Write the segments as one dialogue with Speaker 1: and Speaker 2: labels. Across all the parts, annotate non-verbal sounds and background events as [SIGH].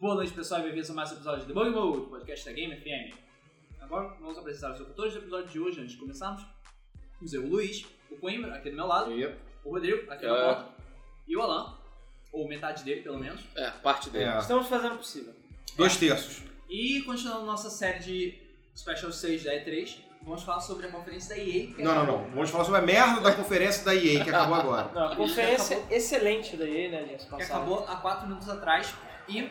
Speaker 1: Boa noite, pessoal, e bem-vindos a mais um episódio de Debug Mode, podcast da Game FM. Agora vamos apresentar os locutores do episódio de hoje, antes de começarmos. Vamos dizer, o Luiz, o Coimbra, aqui do meu lado,
Speaker 2: Yep.
Speaker 1: o Rodrigo, aqui do meu
Speaker 2: É.
Speaker 1: lado, e o Alan, ou metade dele, pelo menos.
Speaker 2: É, parte dele.
Speaker 3: É.
Speaker 4: Estamos fazendo o possível.
Speaker 3: Dois terços.
Speaker 1: E continuando nossa série de Special 6 da E3, vamos falar sobre a conferência da EA. que é-
Speaker 3: Não, não, não. Vamos falar sobre a merda da conferência da EA que acabou agora.
Speaker 4: Não, a conferência excelente daí, né, gente?
Speaker 1: Que
Speaker 4: Passada.
Speaker 1: acabou há 4 minutos atrás e...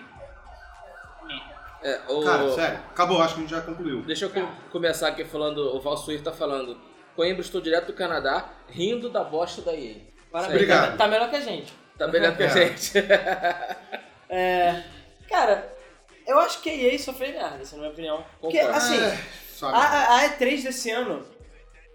Speaker 2: É, o-
Speaker 3: Cara, sério. Acabou, acho que a gente já concluiu.
Speaker 2: Deixa eu com- começar aqui falando, o Valsuir tá falando. Coimbra, estou direto do Canadá, rindo da bosta da EA.
Speaker 4: Parabéns.
Speaker 3: Obrigado.
Speaker 4: Tá, tá melhor que a gente.
Speaker 2: Tá melhor que a
Speaker 3: [LAUGHS] É.
Speaker 2: gente. [LAUGHS]
Speaker 4: É, cara, eu acho que a EA só fez merda, essa é a minha opinião. Porque,
Speaker 2: Concordo.
Speaker 4: assim,
Speaker 3: É, sabe?
Speaker 4: a, a- a E3 desse ano,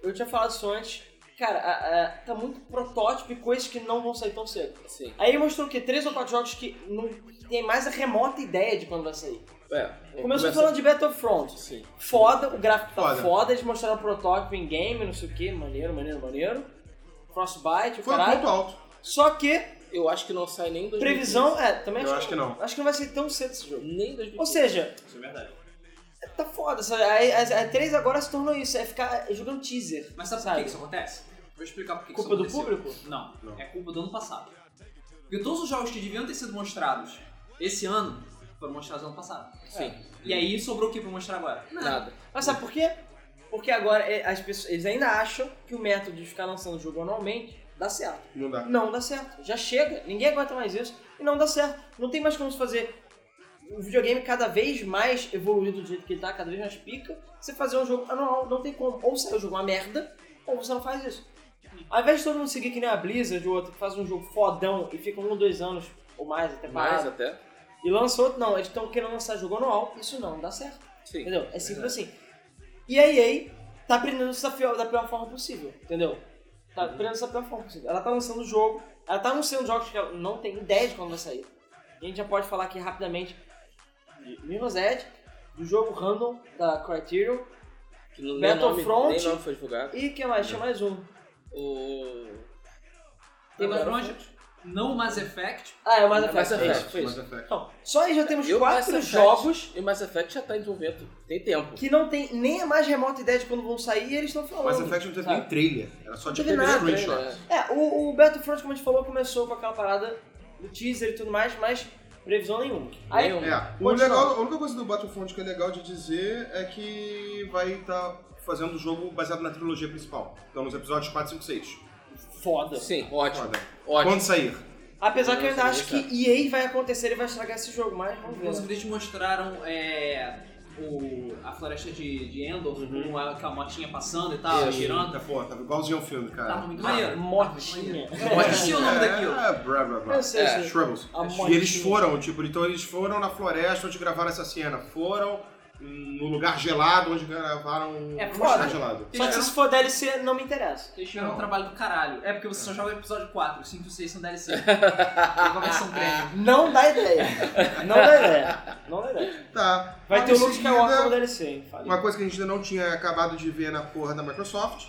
Speaker 4: eu tinha falado isso antes, cara, a- a- tá muito protótipo e coisas que não vão sair tão cedo.
Speaker 2: Sim.
Speaker 4: Aí mostrou o quê? Três ou quatro jogos que não tem mais a remota ideia de quando vai sair.
Speaker 2: É,
Speaker 4: Começou falando de Battlefront.
Speaker 2: Sim.
Speaker 4: Foda, o gráfico tá
Speaker 3: Foda.
Speaker 4: foda, eles mostraram o protótipo em game, não sei o que, maneiro, maneiro, maneiro. Frostbite, o
Speaker 3: Foi um
Speaker 4: caralho.
Speaker 3: ponto alto.
Speaker 4: Só que,
Speaker 2: Eu acho que não sai nem em 2015.
Speaker 4: previsão, é, também
Speaker 3: Eu acho que não.
Speaker 4: Acho que não vai ser tão cedo esse jogo.
Speaker 2: Nem em
Speaker 4: Ou
Speaker 2: 2015.
Speaker 4: seja,
Speaker 1: Isso é verdade.
Speaker 4: tá foda, sabe? A, a, a 3 agora se tornou isso, é ficar jogando teaser.
Speaker 1: Mas sabe, por
Speaker 4: Sabe?
Speaker 1: que que isso acontece? Vou explicar por que que
Speaker 4: Culpa do
Speaker 1: isso aconteceu.
Speaker 4: público?
Speaker 1: Não,
Speaker 3: Não.
Speaker 1: é culpa do ano passado. Porque todos os jogos que deviam ter sido mostrados esse ano foram mostrados ano passado.
Speaker 2: Sim.
Speaker 1: E aí sobrou o que pra mostrar agora?
Speaker 2: Nada.
Speaker 4: Mas sabe por quê? Porque agora é, as pessoas, eles ainda acham que o método de ficar lançando o jogo anualmente dá certo.
Speaker 3: Não dá.
Speaker 4: Não dá certo. Já chega, ninguém aguenta mais isso e não dá certo. Não tem mais como se fazer um videogame cada vez mais evoluído do jeito que ele tá, cada vez mais pica. Você fazer um jogo anual, não tem como. Ou sai o jogo uma merda, ou você não faz isso. Ao invés de todo mundo seguir que nem a Blizzard ou outra, que faz um jogo fodão e fica um ou dois anos ou mais até
Speaker 2: Mais né?
Speaker 4: parado,
Speaker 2: até.
Speaker 4: e lança outro, não. Eles estão querendo lançar jogo anual, isso não dá certo.
Speaker 2: Sim.
Speaker 4: Entendeu? É simples assim. E a EA tá aprendendo isso da pior, da pior forma possível, entendeu? Tá aprendendo isso da pior forma possível. Ela tá lançando o jogo, ela tá anunciando jogos que ela não tem ideia de quando vai sair. E a gente já pode falar aqui rapidamente de Mirror's Edge, do jogo Random da Criterion,
Speaker 2: Que não- nem
Speaker 4: Battlefront.
Speaker 2: nome- Nem nome foi divulgado.
Speaker 4: e que mais? Tinha mais um.
Speaker 2: O...
Speaker 1: Tem mais
Speaker 4: Agora
Speaker 1: longe? Não o Mass Effect.
Speaker 4: Ah, é o Mass
Speaker 2: Mass
Speaker 4: Effect.
Speaker 2: Effect.
Speaker 4: Foi
Speaker 3: Mass
Speaker 4: isso.
Speaker 3: Effect.
Speaker 4: Então, só aí já temos
Speaker 2: E o Mass
Speaker 4: quatro
Speaker 2: Effect?
Speaker 4: jogos
Speaker 2: E o Mass Effect já tá em desenvolvimento. Tem tempo.
Speaker 4: que não tem nem a mais remota ideia de quando vão sair e eles estão falando. Tá?
Speaker 3: Mass Effect não teve
Speaker 4: sabe?
Speaker 3: nem trailer. Era só
Speaker 4: Não
Speaker 3: tipo
Speaker 4: teve nada,
Speaker 2: né?
Speaker 3: screenshot.
Speaker 4: É, o, o Battlefront, como a gente falou, começou com aquela parada do teaser e tudo mais, mas previsão nenhuma. Aí,
Speaker 2: Nenhuma.
Speaker 3: É. O
Speaker 4: Pode
Speaker 3: legal,
Speaker 4: falar.
Speaker 3: a única coisa do Battlefront que é legal de dizer é que vai estar fazendo o jogo baseado na trilogia principal. Então nos episódios 4, 5, 6.
Speaker 4: foda.
Speaker 2: Sim, ótimo.
Speaker 3: Foda.
Speaker 2: Ótimo.
Speaker 3: Quando sair.
Speaker 4: Apesar que eu ainda
Speaker 2: Nossa,
Speaker 4: acho que EA vai acontecer e vai estragar esse jogo, mas vamos ver.
Speaker 1: Inclusive eles mostraram é, o, a floresta de, de Endor com a, com a motinha passando e tal, girando.
Speaker 3: Tá, pô, tava igualzinho ao filme, cara.
Speaker 4: Tá
Speaker 1: Tava muito maneiro.
Speaker 4: Motinha.
Speaker 1: Eu esqueci o nome daquilo.
Speaker 3: Ah, É, blá, blá, blá.
Speaker 4: Eu sei,
Speaker 2: É.
Speaker 4: eu sei.
Speaker 3: Shrubbles.
Speaker 4: A
Speaker 3: E eles
Speaker 4: motinha.
Speaker 3: foram, tipo, então eles foram na floresta onde gravaram essa cena. Foram hum, no lugar gelado onde gravaram.
Speaker 1: É,
Speaker 3: no
Speaker 4: foda.
Speaker 3: lugar gelado.
Speaker 4: Só que se isso for DLC, não me interessa.
Speaker 1: Eles tiveram um
Speaker 3: Não.
Speaker 1: trabalho do caralho. É porque você só joga o episódio 4, 5 e 6 são DLC. Tem uma versão premium.
Speaker 4: Não dá ideia. Não dá ideia. Não dá ideia.
Speaker 3: Tá.
Speaker 4: Vai
Speaker 3: Logo
Speaker 4: ter o
Speaker 3: em
Speaker 4: Luke
Speaker 3: seguida,
Speaker 4: Skywalker no DLC, hein? Falei.
Speaker 3: Uma coisa que a gente ainda não tinha acabado de ver na porra da Microsoft.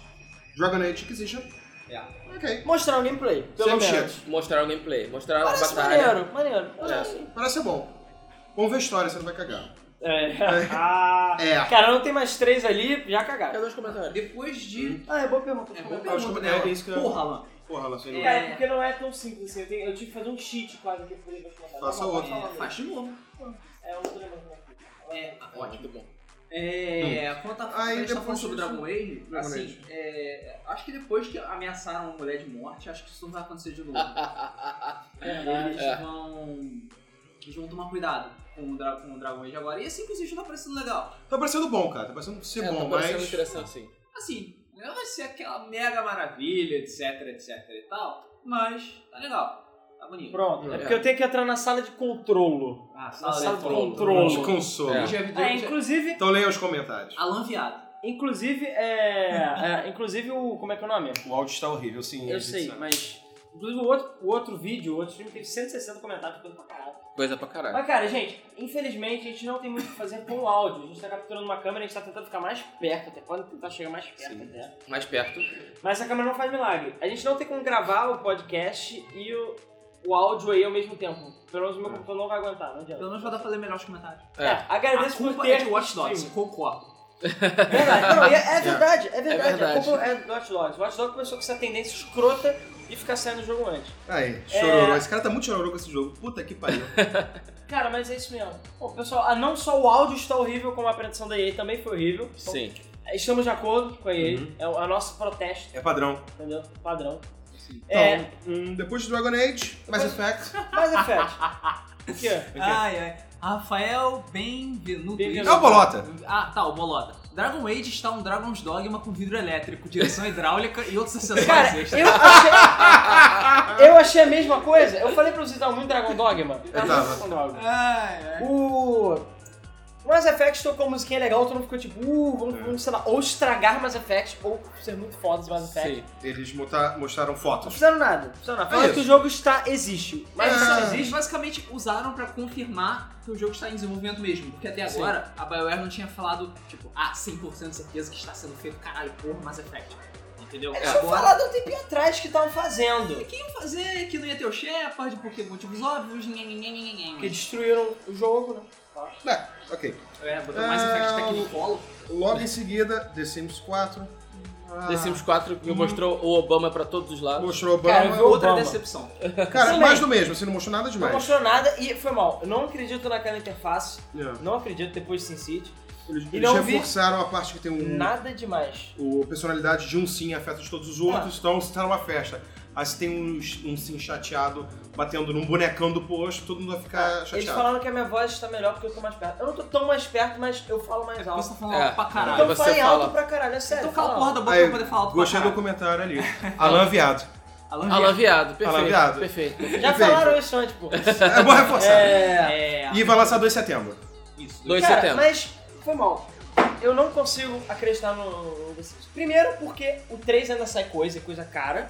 Speaker 3: Dragon Age Inquisition.
Speaker 1: É.
Speaker 3: Ok.
Speaker 4: Mostrar o gameplay, pelo
Speaker 3: Same
Speaker 4: menos.
Speaker 3: shit.
Speaker 2: Mostraram o gameplay. Mostraram a
Speaker 4: Parece
Speaker 2: batalha. É.
Speaker 4: maneiro, maneiro. Parece.
Speaker 3: Parece ser bom. Vamos ver a história, você não vai cagar.
Speaker 4: É. [LAUGHS] Ah.
Speaker 3: É.
Speaker 4: Cara, não tem mais três ali, já cagaram.
Speaker 2: Cadê os comentários?
Speaker 1: Depois de.
Speaker 4: Ah, é boa pergunta.
Speaker 1: É boa
Speaker 3: Acho
Speaker 1: pergunta,
Speaker 3: que
Speaker 1: né?
Speaker 3: é isso que eu-
Speaker 1: Porra, Alan.
Speaker 3: Porra, ela sem
Speaker 1: É.
Speaker 3: é.
Speaker 4: Cara, porque não é tão simples assim. Eu, tenho- eu tive que fazer um cheat quase aqui pra poder responder.
Speaker 3: Faça
Speaker 4: Não,
Speaker 3: outro.
Speaker 4: pode falar
Speaker 1: É, faz de novo.
Speaker 4: mesmo. É, eu não tô lembrando aqui.
Speaker 1: É,
Speaker 2: Ótimo. Muito bom.
Speaker 1: É, quanto a
Speaker 3: Aí
Speaker 1: a gente tá
Speaker 3: depois
Speaker 1: falando sobre
Speaker 3: disso-
Speaker 1: Dragon Age,
Speaker 3: Dragon
Speaker 1: assim,
Speaker 3: Age.
Speaker 1: é, acho que depois que ameaçaram uma mulher de morte, acho que isso não vai acontecer de novo.
Speaker 2: Ah,
Speaker 1: É,
Speaker 4: Verdade.
Speaker 1: Eles vão. Eles vão tomar cuidado com o, Dra com o Dragon Age agora. E assim que existe tá parecendo legal.
Speaker 3: Tá parecendo bom, cara. Tá parecendo ser
Speaker 2: É,
Speaker 3: bom,
Speaker 2: tá parecendo
Speaker 3: mas.
Speaker 2: interessante, sim.
Speaker 1: Assim, não vai ser aquela mega maravilha, etc, etc e tal, mas tá legal. Tá bonito.
Speaker 4: Pronto, é
Speaker 2: É.
Speaker 4: porque eu tenho que entrar na sala de controlo.
Speaker 1: Ah,
Speaker 4: Na sala de
Speaker 1: eletrônica.
Speaker 4: controle.
Speaker 3: De consolo.
Speaker 2: É.
Speaker 1: Eu já vi
Speaker 4: É,
Speaker 1: dois.
Speaker 4: inclusive,
Speaker 3: Então leiam os comentários.
Speaker 1: Alan Viado.
Speaker 4: inclusive, [LAUGHS] é, é, Inclusive o. Como é que é o nome?
Speaker 3: O áudio está horrível, sim. a
Speaker 4: Eu
Speaker 3: gente
Speaker 4: sei,
Speaker 3: sabe.
Speaker 4: mas. Inclusive o outro, o outro vídeo, o outro filme teve 160 comentários, coisa pra caralho.
Speaker 2: Coisa pra caralho.
Speaker 4: Mas, cara, gente, infelizmente a gente não tem muito o que fazer com o áudio. A gente tá capturando uma câmera, a gente tá tentando ficar mais perto, até pode tentar chegar mais perto
Speaker 3: Sim.
Speaker 4: até.
Speaker 2: Mais perto.
Speaker 4: Mas essa câmera não faz milagre. A gente não tem como gravar o podcast e o,
Speaker 5: o áudio aí ao mesmo tempo. Pelo menos o meu computador não vai aguentar, não adianta.
Speaker 1: Pelo menos vai dar pra ler melhor os comentários.
Speaker 2: É.
Speaker 5: É, agradeço
Speaker 1: a culpa
Speaker 5: por
Speaker 1: é
Speaker 5: ter
Speaker 1: de Watch Dogs,
Speaker 5: assistido.
Speaker 1: concordo.
Speaker 4: Verdade. Não, e é, é verdade, é verdade.
Speaker 2: É verdade.
Speaker 4: A culpa é do Watch Dogs.
Speaker 5: O Watch Dogs começou com essa tendência escrota de ficar saindo do jogo antes.
Speaker 3: Aí, chororô. Esse cara tá muito chororô com esse jogo. Puta que pariu.
Speaker 5: Cara, mas é isso mesmo. Pô, pessoal, ah, não só o áudio está horrível, como a apresentação da EA também foi horrível. Então,
Speaker 2: Sim.
Speaker 5: Estamos de acordo com a EA.
Speaker 3: Uhum.
Speaker 5: É o é o nosso protesto,
Speaker 3: É padrão.
Speaker 5: entendeu? Padrão.
Speaker 3: Então,
Speaker 5: É.
Speaker 3: hum, depois do Dragon Age, Mass Effect.
Speaker 5: Mas é fact. O quê?
Speaker 1: Ai, ai. Rafael Benvenuto.
Speaker 5: Benvenuto.
Speaker 3: Não, É bolota.
Speaker 1: Ah, tá, o Bolota. Dragon Age está um Dragon's Dogma com vidro elétrico, direção hidráulica e outros acessórios
Speaker 5: Cara,
Speaker 1: extras.
Speaker 5: eu
Speaker 3: é
Speaker 5: achei,
Speaker 3: [LAUGHS]
Speaker 5: eu achei a mesma coisa. Eu falei pra vocês
Speaker 4: é um
Speaker 5: dar muito Dragon Dogma.
Speaker 3: Eu tava.
Speaker 5: Dragon Dogma.
Speaker 1: Ai, ai.
Speaker 5: O
Speaker 4: Mass Effect tocou uma musiquinha legal, todo mundo ficou tipo, uh,
Speaker 3: É.
Speaker 4: vamos, vamos, sei lá, ou estragar Mass Effect, ou ser muito foda esse Mass Effect.
Speaker 2: Sim.
Speaker 3: Eles monta- mostraram
Speaker 4: Não
Speaker 3: fotos.
Speaker 4: fizeram nada, não fizeram nada.
Speaker 3: É
Speaker 4: Falaram que
Speaker 3: isso.
Speaker 4: o jogo está, existe.
Speaker 1: Mas isso
Speaker 3: Ah.
Speaker 1: não existe, basicamente usaram pra confirmar que o jogo está em desenvolvimento mesmo. Porque até agora a BioWare não tinha falado, tipo, ah, 100% certeza que está sendo feito, caralho, porra, Mass Effect. Entendeu?
Speaker 3: É
Speaker 2: É.
Speaker 4: Eles tinham falado há um tempinho atrás que estavam fazendo.
Speaker 1: E que iam fazer, que não ia ter o Shepard, porque motivos óbvios,
Speaker 4: Porque
Speaker 1: nhenhenhenhenhenhen.
Speaker 4: destruíram o jogo, né?
Speaker 3: É, ok.
Speaker 1: É, botou Mass
Speaker 3: É,
Speaker 1: Effect aqui no colo.
Speaker 3: Logo em seguida, The Sims 4.
Speaker 4: um
Speaker 3: Ah,
Speaker 2: The Sims 4 que mostrou o Obama pra todos os lados.
Speaker 3: Mostrou
Speaker 5: Cara,
Speaker 3: Obama.
Speaker 5: eu
Speaker 1: Outra
Speaker 5: Obama.
Speaker 1: decepção.
Speaker 3: Cara,
Speaker 4: Também.
Speaker 3: mais do mesmo, assim, não mostrou nada
Speaker 4: Não
Speaker 3: demais.
Speaker 4: mostrou nada e foi mal. Eu não acredito naquela interface,
Speaker 3: É.
Speaker 4: não acredito depois de Sin City.
Speaker 3: Eles,
Speaker 4: E
Speaker 3: eles
Speaker 4: não vi-
Speaker 3: reforçaram a parte que tem um.
Speaker 4: Nada demais.
Speaker 3: O, a personalidade de um sim afeta de todos os outros, então se tá numa festa. Aí se tem um, um sim chateado batendo num bonecão do posto, todo mundo vai ficar chateado.
Speaker 4: Eles falaram que a minha voz está melhor porque eu tô mais perto. Eu não tô tão mais perto, mas eu falo mais
Speaker 1: Você
Speaker 4: alto.
Speaker 1: tá falando
Speaker 2: É.
Speaker 1: alto pra caralho.
Speaker 4: Então
Speaker 2: você
Speaker 4: falem
Speaker 2: fala.
Speaker 4: alto pra caralho, é sério.
Speaker 1: Então cala a
Speaker 4: fala
Speaker 1: porra
Speaker 4: alto.
Speaker 1: da boca
Speaker 3: Aí,
Speaker 1: pra poder falar alto pra
Speaker 3: Gostei do
Speaker 1: caralho.
Speaker 3: comentário ali. Alan Viado.
Speaker 1: Alan
Speaker 2: Alan Viado, perfeito.
Speaker 3: Alan Viado.
Speaker 2: Perfeito.
Speaker 4: Já
Speaker 3: Perfeito.
Speaker 4: falaram isso antes, pô.
Speaker 3: É bom reforçar.
Speaker 4: É.
Speaker 1: É.
Speaker 3: E vai lançar 2 de setembro.
Speaker 1: Isso.
Speaker 2: Dois- de
Speaker 4: Cara,
Speaker 2: setembro.
Speaker 4: mas foi mal. Eu não consigo acreditar no, no The Sims. Primeiro porque o 3 ainda sai coisa, coisa cara.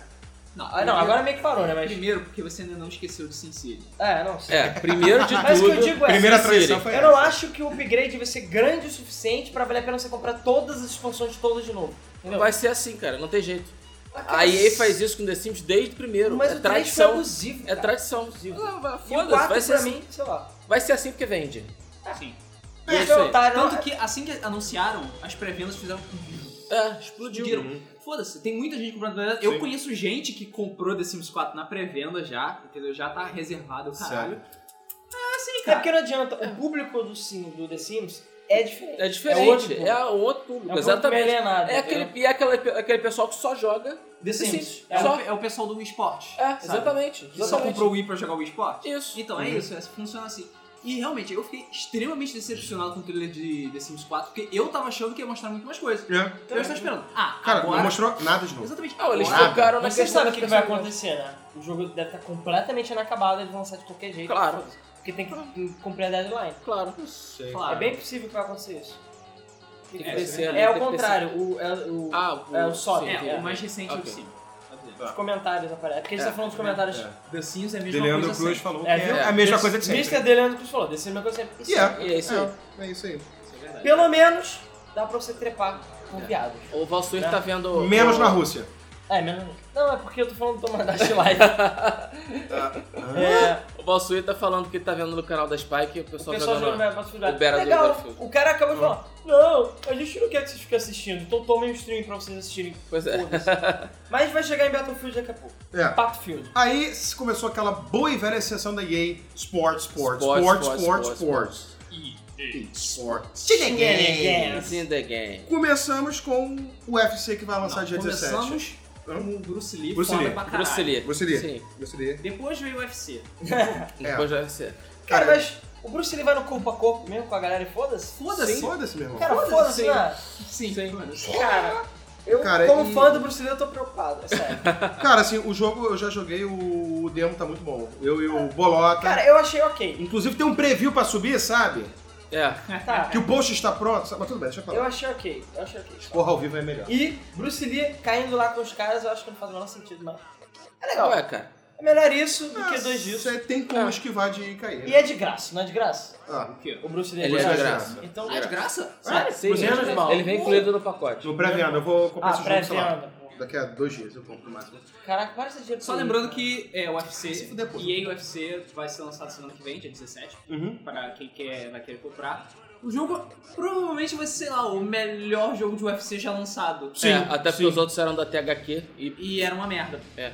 Speaker 1: Não,
Speaker 4: Ah, não, agora meio que parou, né? Mas.
Speaker 1: Primeiro, porque você ainda não esqueceu de Sin City.
Speaker 4: É, não sei.
Speaker 2: É, primeiro de
Speaker 4: [LAUGHS] Mas o que eu
Speaker 2: tudo.
Speaker 4: digo é.
Speaker 3: Primeira
Speaker 2: Sin
Speaker 3: traição
Speaker 2: City.
Speaker 3: foi
Speaker 4: Eu não
Speaker 3: essa.
Speaker 4: acho que o upgrade vai ser grande o suficiente pra valer a pena você comprar todas as expansões todas de novo. Entendeu?
Speaker 2: Vai ser assim, cara, não tem jeito. A EA faz isso com The Sims desde o primeiro.
Speaker 4: Mas
Speaker 2: é
Speaker 4: o 3 foi
Speaker 2: tradição.
Speaker 4: abusivo.
Speaker 2: É
Speaker 4: cara.
Speaker 2: tradição.
Speaker 4: E o
Speaker 2: Foda-se,
Speaker 4: 4
Speaker 2: vai
Speaker 4: pra
Speaker 2: ser assim.
Speaker 4: mim, É, sei lá.
Speaker 2: Vai ser assim porque vende.
Speaker 1: Sim.
Speaker 2: E é
Speaker 4: Mas
Speaker 2: isso aí.
Speaker 4: otário, não-
Speaker 1: Tanto que assim que anunciaram, as pré-vendas fizeram.
Speaker 2: É, explodiu.
Speaker 1: Explodiram.
Speaker 3: Uhum.
Speaker 1: Foda-se, tem muita gente comprando pré-venda. Eu conheço gente que comprou The Sims 4 na pré-venda já, entendeu? Já tá reservado, caralho.
Speaker 3: Sério.
Speaker 1: Sim,
Speaker 4: É
Speaker 1: cara.
Speaker 4: porque não adianta, o público do, Sim, do The Sims é diferente.
Speaker 2: É diferente.
Speaker 4: É outro público.
Speaker 2: É um outro público,
Speaker 4: É um público
Speaker 2: exatamente.
Speaker 4: alienado,
Speaker 2: É
Speaker 4: entendeu?
Speaker 2: aquele, e é aquele, aquele pessoal que só joga.
Speaker 1: The Sims.
Speaker 2: Sims.
Speaker 1: É,
Speaker 2: Só-
Speaker 1: o, é o pessoal do Wii Sport.
Speaker 2: É,
Speaker 1: sabe?
Speaker 2: exatamente.
Speaker 4: um
Speaker 1: Que só
Speaker 2: exatamente.
Speaker 1: comprou o Wii pra jogar o Wii Sport.
Speaker 2: Isso.
Speaker 1: Então,
Speaker 3: Uhum.
Speaker 1: é isso, é, funciona assim. E realmente, eu fiquei extremamente decepcionado com o trailer de The Sims 4, porque eu tava achando que ia mostrar muito mais coisa.
Speaker 3: É.
Speaker 1: Eu estava esperando. Ah,
Speaker 3: Cara,
Speaker 1: agora...
Speaker 3: não mostrou nada de novo.
Speaker 1: Exatamente.
Speaker 2: Ah, eles
Speaker 1: agora-
Speaker 3: Nada.
Speaker 2: focaram na
Speaker 4: Mas você
Speaker 2: questão
Speaker 4: sabe o
Speaker 2: do
Speaker 4: que, que vai
Speaker 2: personagem.
Speaker 4: acontecer, né? O jogo deve estar completamente inacabado, eles vão lançar de qualquer jeito.
Speaker 2: Claro.
Speaker 4: Porque tem que cumprir a deadline.
Speaker 2: Claro.
Speaker 4: É
Speaker 1: Claro.
Speaker 4: bem possível que vai acontecer isso.
Speaker 2: Tem que
Speaker 1: É,
Speaker 2: descer ali,
Speaker 4: É
Speaker 2: tem
Speaker 4: o
Speaker 2: que
Speaker 4: contrário, o, é, o,
Speaker 2: descer. Ah, o,
Speaker 4: É, o Sonic.
Speaker 2: sim,
Speaker 1: É,
Speaker 2: entendi.
Speaker 1: o mais recente
Speaker 2: Ok.
Speaker 1: do Sims.
Speaker 4: os comentários aparecem. É porque a gente
Speaker 2: É,
Speaker 4: tá falando dos comentários.
Speaker 3: É.
Speaker 1: The Sims é a
Speaker 3: De
Speaker 1: mesma
Speaker 3: Leandro
Speaker 1: coisa
Speaker 3: Cruz
Speaker 1: sempre.
Speaker 3: falou que
Speaker 4: É,
Speaker 3: é,
Speaker 4: viu?
Speaker 3: a mesma coisa de sempre.
Speaker 4: Mr. Deleandro Cruz falou, desse é a mesma coisa sempre.
Speaker 3: E é.
Speaker 2: E é isso aí.
Speaker 3: É, é isso aí.
Speaker 1: Isso é verdade.
Speaker 4: Pelo menos dá pra você trepar com um piadas.
Speaker 2: O Valsuir tá vendo.
Speaker 3: Menos
Speaker 2: o-
Speaker 3: na Rússia.
Speaker 4: É, menos. Não, é porque eu tô falando do Tomodachi Live. é,
Speaker 2: O Valsuir tá falando que tá vendo no canal da Spike o
Speaker 4: o
Speaker 2: pessoal,
Speaker 4: pessoal
Speaker 2: jogando.
Speaker 4: jogando Battlefield Live.
Speaker 2: o Battle
Speaker 4: Legal,
Speaker 2: Battlefield.
Speaker 4: o cara acabou de falar, não, a gente não quer que vocês fiquem assistindo, então tomem um stream pra vocês assistirem.
Speaker 2: Pois é.
Speaker 4: Foda-se. Mas vai chegar em Battlefield daqui a pouco.
Speaker 3: É.
Speaker 4: Battlefield.
Speaker 3: Aí se começou aquela boa e velha sessão da EA. Sports, sports,
Speaker 2: Sports,
Speaker 3: sports,
Speaker 2: sports,
Speaker 3: sports,
Speaker 2: sports.
Speaker 3: sports. Sports.
Speaker 2: It's in the game.
Speaker 3: Começamos com o UFC que vai
Speaker 1: Não,
Speaker 3: lançar dia 17.
Speaker 1: Começamos
Speaker 3: Hã?
Speaker 1: com o Bruce Lee,
Speaker 3: Bruce
Speaker 1: foda
Speaker 3: Lee.
Speaker 1: pra caralho.
Speaker 2: Bruce Lee.
Speaker 3: Bruce Lee.
Speaker 2: Sim.
Speaker 3: Bruce Lee.
Speaker 1: Depois veio o UFC.
Speaker 2: Depois vai ser.
Speaker 4: Cara,
Speaker 3: Cara,
Speaker 4: mas o Bruce Lee vai no corpo a corpo mesmo com a galera e foda-se?
Speaker 1: Foda-se.
Speaker 3: Foda-se, meu irmão.
Speaker 4: Cara,
Speaker 1: Foda-se.
Speaker 4: foda-se, né?
Speaker 1: Sim. é Sim.
Speaker 4: Cara, eu
Speaker 3: Cara,
Speaker 4: como
Speaker 3: e-
Speaker 4: fã do Bruce Lee eu tô preocupado, é sério.
Speaker 3: Cara, assim, o jogo eu já joguei, o o demo tá muito bom. Eu e o Bolota.
Speaker 4: Cara, eu achei ok.
Speaker 3: Inclusive tem um preview pra subir, sabe?
Speaker 2: É.
Speaker 4: Tá,
Speaker 3: [LAUGHS] Que o post está pronto, sabe? mas tudo bem, deixa eu
Speaker 4: eu
Speaker 3: falar.
Speaker 4: achei ok, eu achei ok.
Speaker 3: Porra, ao vivo é melhor.
Speaker 4: E Bruce Lee caindo lá com os caras, eu acho que não faz o menor sentido, mas... É legal.
Speaker 2: Ué, cara.
Speaker 4: É melhor isso do que dois dias.
Speaker 3: Você Ah, tem como
Speaker 2: É.
Speaker 3: esquivar de cair. né?
Speaker 4: E é de graça, não é de graça?
Speaker 3: Ah,
Speaker 1: O quê?
Speaker 4: O Bruce Lee
Speaker 2: Ele
Speaker 3: é de
Speaker 2: graça.
Speaker 4: Então,
Speaker 1: Ah, de graça?
Speaker 2: Ah, sim.
Speaker 4: Menos mal.
Speaker 2: Ele vem incluído no pacote.
Speaker 3: no pré-venda, eu vou comprar
Speaker 4: Ah,
Speaker 3: esse jogo, sei lá.
Speaker 4: pré-venda. É, pô.
Speaker 3: Daqui a dois dias eu compro mais. um.
Speaker 4: Caraca, para esse dinheiro.
Speaker 1: Só lembrando que é o UFC,
Speaker 3: Se fuder, pô.
Speaker 1: EA UFC vai ser lançado semana que vem, dia 17,
Speaker 3: Uhum.
Speaker 1: para quem quer, vai querer comprar. O jogo provavelmente vai ser, sei lá, o melhor jogo de UFC já lançado.
Speaker 2: É, até porque os outros eram da THQ e.
Speaker 1: E era uma merda.
Speaker 2: É.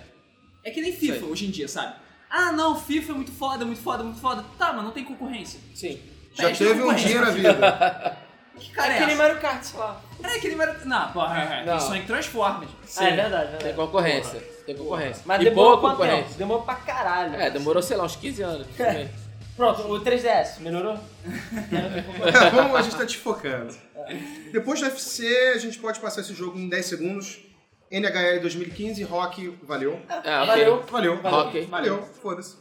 Speaker 1: É que nem FIFA
Speaker 2: Sei.
Speaker 1: hoje em dia, sabe? Ah, não, FIFA é muito foda, muito foda, muito foda. Tá, mas não tem concorrência.
Speaker 2: Sim.
Speaker 3: Já
Speaker 1: Teste
Speaker 3: teve um
Speaker 1: concorrência.
Speaker 3: dia na vida.
Speaker 1: Que
Speaker 4: É
Speaker 1: cara é
Speaker 4: aquele
Speaker 1: essa?
Speaker 4: Mario Kart, sei lá.
Speaker 1: É aquele Mario... Não, porra, é, é.
Speaker 2: Não.
Speaker 1: Tem Sonic Transformers.
Speaker 4: Ah, é verdade, verdade.
Speaker 2: Tem concorrência. Tem concorrência.
Speaker 4: Mas
Speaker 2: e
Speaker 4: demorou
Speaker 2: boa
Speaker 4: quanto
Speaker 2: concorrência.
Speaker 4: tempo? É. Demorou pra caralho.
Speaker 2: É, demorou, sei lá, uns 15 anos. também.
Speaker 4: Pronto, o 3DS, melhorou?
Speaker 3: Vamos, a gente tá te focando. Depois do UFC, a gente pode passar esse jogo em 10 segundos. NHL 2015, Rock, valeu.
Speaker 2: É, ok.
Speaker 4: Valeu.
Speaker 3: Valeu.
Speaker 2: Rock.
Speaker 3: Valeu, foda-se.